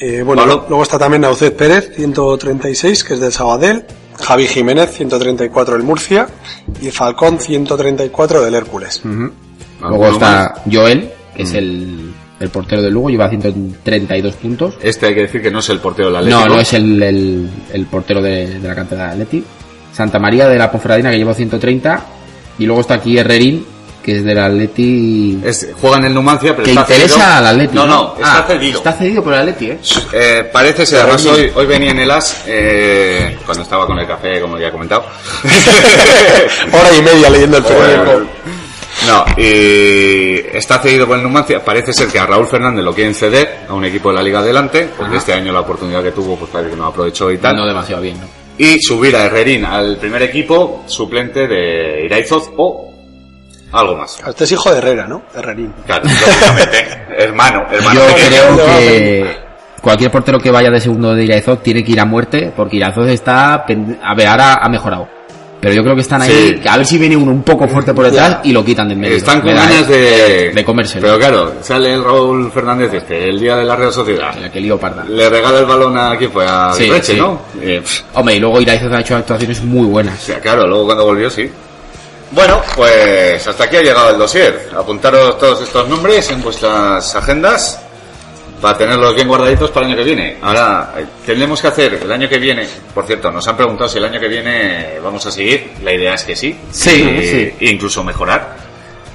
Speaker 2: Eh, bueno,
Speaker 3: Pablo.
Speaker 2: luego está también Naucet Pérez, 136, que es del Sabadell. Javi Jiménez, 134 del Murcia. Y Falcón, 134 del Hércules.
Speaker 5: Luego está Joel, que
Speaker 3: Mm.
Speaker 5: es el, el portero de Lugo, lleva 132 puntos.
Speaker 3: Este hay que decir que no es el portero del Atlético.
Speaker 5: No, no es el, el- el portero de, de la cantera de Atleti. Santa María de la Ponferradina, que lleva 130. Y luego está aquí Herrerín, que es del Atleti...
Speaker 3: Es- juega en el Numancia, pero
Speaker 5: que
Speaker 3: está
Speaker 5: interesa
Speaker 3: cedido.
Speaker 5: al Atleti.
Speaker 3: No, no, está
Speaker 5: Ah,
Speaker 3: cedido.
Speaker 5: Está cedido por el Atleti, ¿eh?
Speaker 3: Eh, parece ser, además hoy, hoy venía en el As, eh, cuando estaba con el café, como ya he comentado.
Speaker 2: Hora y media leyendo el periódico.
Speaker 3: No, y está cedido por el Numancia. Parece ser que a Raúl Fernández lo quieren ceder a un equipo de la Liga Adelante, porque
Speaker 5: Ajá.
Speaker 3: este año la oportunidad que tuvo, pues parece que no aprovechó y tal.
Speaker 5: No demasiado bien, ¿no?
Speaker 3: y subir a Herrerín al primer equipo suplente de Iraizoz o algo más.
Speaker 2: Este es hijo de Herrera, ¿no? Herrerín.
Speaker 3: Claro, lógicamente. hermano, hermano.
Speaker 5: Yo creo que cualquier portero que vaya de segundo de Iraizoz tiene que ir a muerte porque Iraizoz está... pend- A ver, ahora ha mejorado. Pero yo creo que están ahí,
Speaker 3: Sí.
Speaker 5: que a ver si viene uno un poco fuerte por detrás y lo quitan del medio.
Speaker 3: Están con
Speaker 5: Me da,
Speaker 3: ganas
Speaker 5: eh,
Speaker 3: de,
Speaker 5: de comérselo.
Speaker 3: Pero claro, sale el Raúl Fernández este, el día de la Real Sociedad.
Speaker 5: que lío parda.
Speaker 3: Le regala el balón a quién fue, a
Speaker 5: Sí,
Speaker 3: Reche,
Speaker 5: sí.
Speaker 3: ¿no? Eh, pff,
Speaker 5: Hombre, y luego Iraizoz ha hecho actuaciones muy buenas.
Speaker 3: ya, claro, luego cuando volvió sí. Bueno, pues hasta aquí ha llegado el dossier. Apuntaros todos estos nombres en vuestras agendas para tenerlos bien guardaditos para el año que viene. Ahora, eh, tenemos que hacer el año que viene, por cierto, nos han preguntado si el año que viene vamos a seguir. La idea es que sí.
Speaker 5: Sí,
Speaker 3: Y-
Speaker 5: sí.
Speaker 3: e incluso mejorar.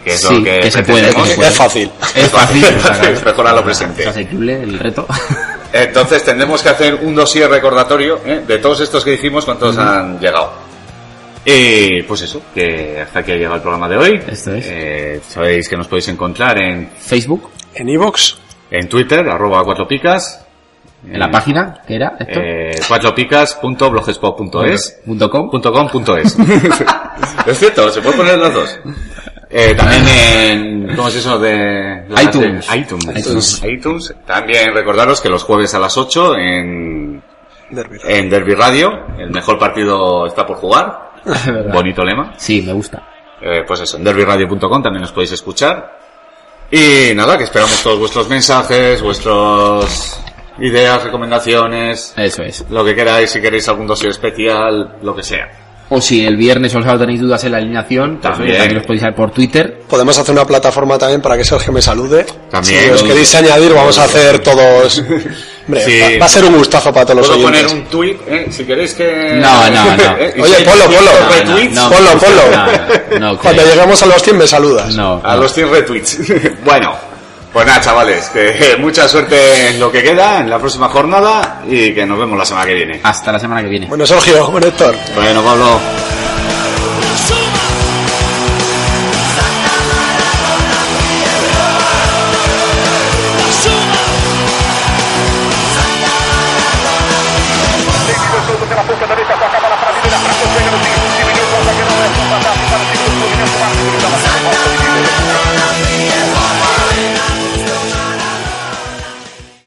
Speaker 3: Que es
Speaker 5: Sí,
Speaker 3: lo que,
Speaker 5: que se puede, que se
Speaker 3: pretendemos.
Speaker 5: puede.
Speaker 2: Es fácil.
Speaker 5: Es fácil.
Speaker 3: Es fácil mejorar lo presente.
Speaker 5: Es asequible el reto.
Speaker 3: Entonces tendremos que hacer un dossier recordatorio ¿eh? de todos estos que hicimos, cuántos
Speaker 5: Ujú.
Speaker 3: han llegado. Y pues eso, que hasta aquí ha llegado el programa de hoy.
Speaker 5: Esto es.
Speaker 3: Eh, sabéis que nos podéis encontrar en,
Speaker 5: Facebook,
Speaker 2: En Evox,
Speaker 3: en Twitter, arroba cuatro picas.
Speaker 5: en la página, que era esto,
Speaker 3: Eh, cuatropicas.blogspot.es
Speaker 5: punto com.
Speaker 3: punto com punto es. es cierto, se puede poner las dos. Eh, también en ¿cómo es eso de la-
Speaker 5: iTunes.
Speaker 3: de- iTunes.
Speaker 5: iTunes.
Speaker 3: iTunes. También recordaros que los jueves a las 8 en
Speaker 2: Derby.
Speaker 3: en Derby Radio, el mejor partido está por jugar. Bonito lema.
Speaker 5: Sí, me gusta.
Speaker 3: Eh, pues eso, en derbyradio.com también nos podéis escuchar. Y nada, que esperamos todos vuestros mensajes, vuestras ideas, recomendaciones,
Speaker 5: Eso es.
Speaker 3: lo que queráis, si queréis algún dossier especial, lo que sea.
Speaker 5: O si el viernes o el sábado tenéis dudas en la alineación, pues, oye,
Speaker 3: También.
Speaker 5: también, los podéis saber por Twitter.
Speaker 2: Podemos hacer una plataforma también para que Sergio me salude.
Speaker 3: También.
Speaker 2: Si os queréis añadir, vamos a hacer todos. Hombre,
Speaker 3: Sí.
Speaker 2: va, va a ser un gustazo para todos los
Speaker 3: Puedo
Speaker 2: oyentes.
Speaker 3: poner un tweet, eh, si queréis que...
Speaker 5: No, no, no.
Speaker 3: Eh, y
Speaker 2: Oye,
Speaker 3: si-
Speaker 2: ponlo, ponlo.
Speaker 3: si-
Speaker 2: No,
Speaker 3: retweets,
Speaker 5: no,
Speaker 2: Ponlo, ponlo.
Speaker 5: No, no, no,
Speaker 2: Cuando
Speaker 5: creo.
Speaker 2: lleguemos a los 100 me saludas.
Speaker 5: No,
Speaker 3: A
Speaker 5: no.
Speaker 3: los 100 retweets. bueno, pues nada, chavales, que mucha suerte en lo que queda, en la próxima jornada, y que nos vemos la semana que viene.
Speaker 5: Hasta la semana que viene.
Speaker 2: Bueno, Sergio, bueno, Héctor.
Speaker 3: Bueno, Pablo.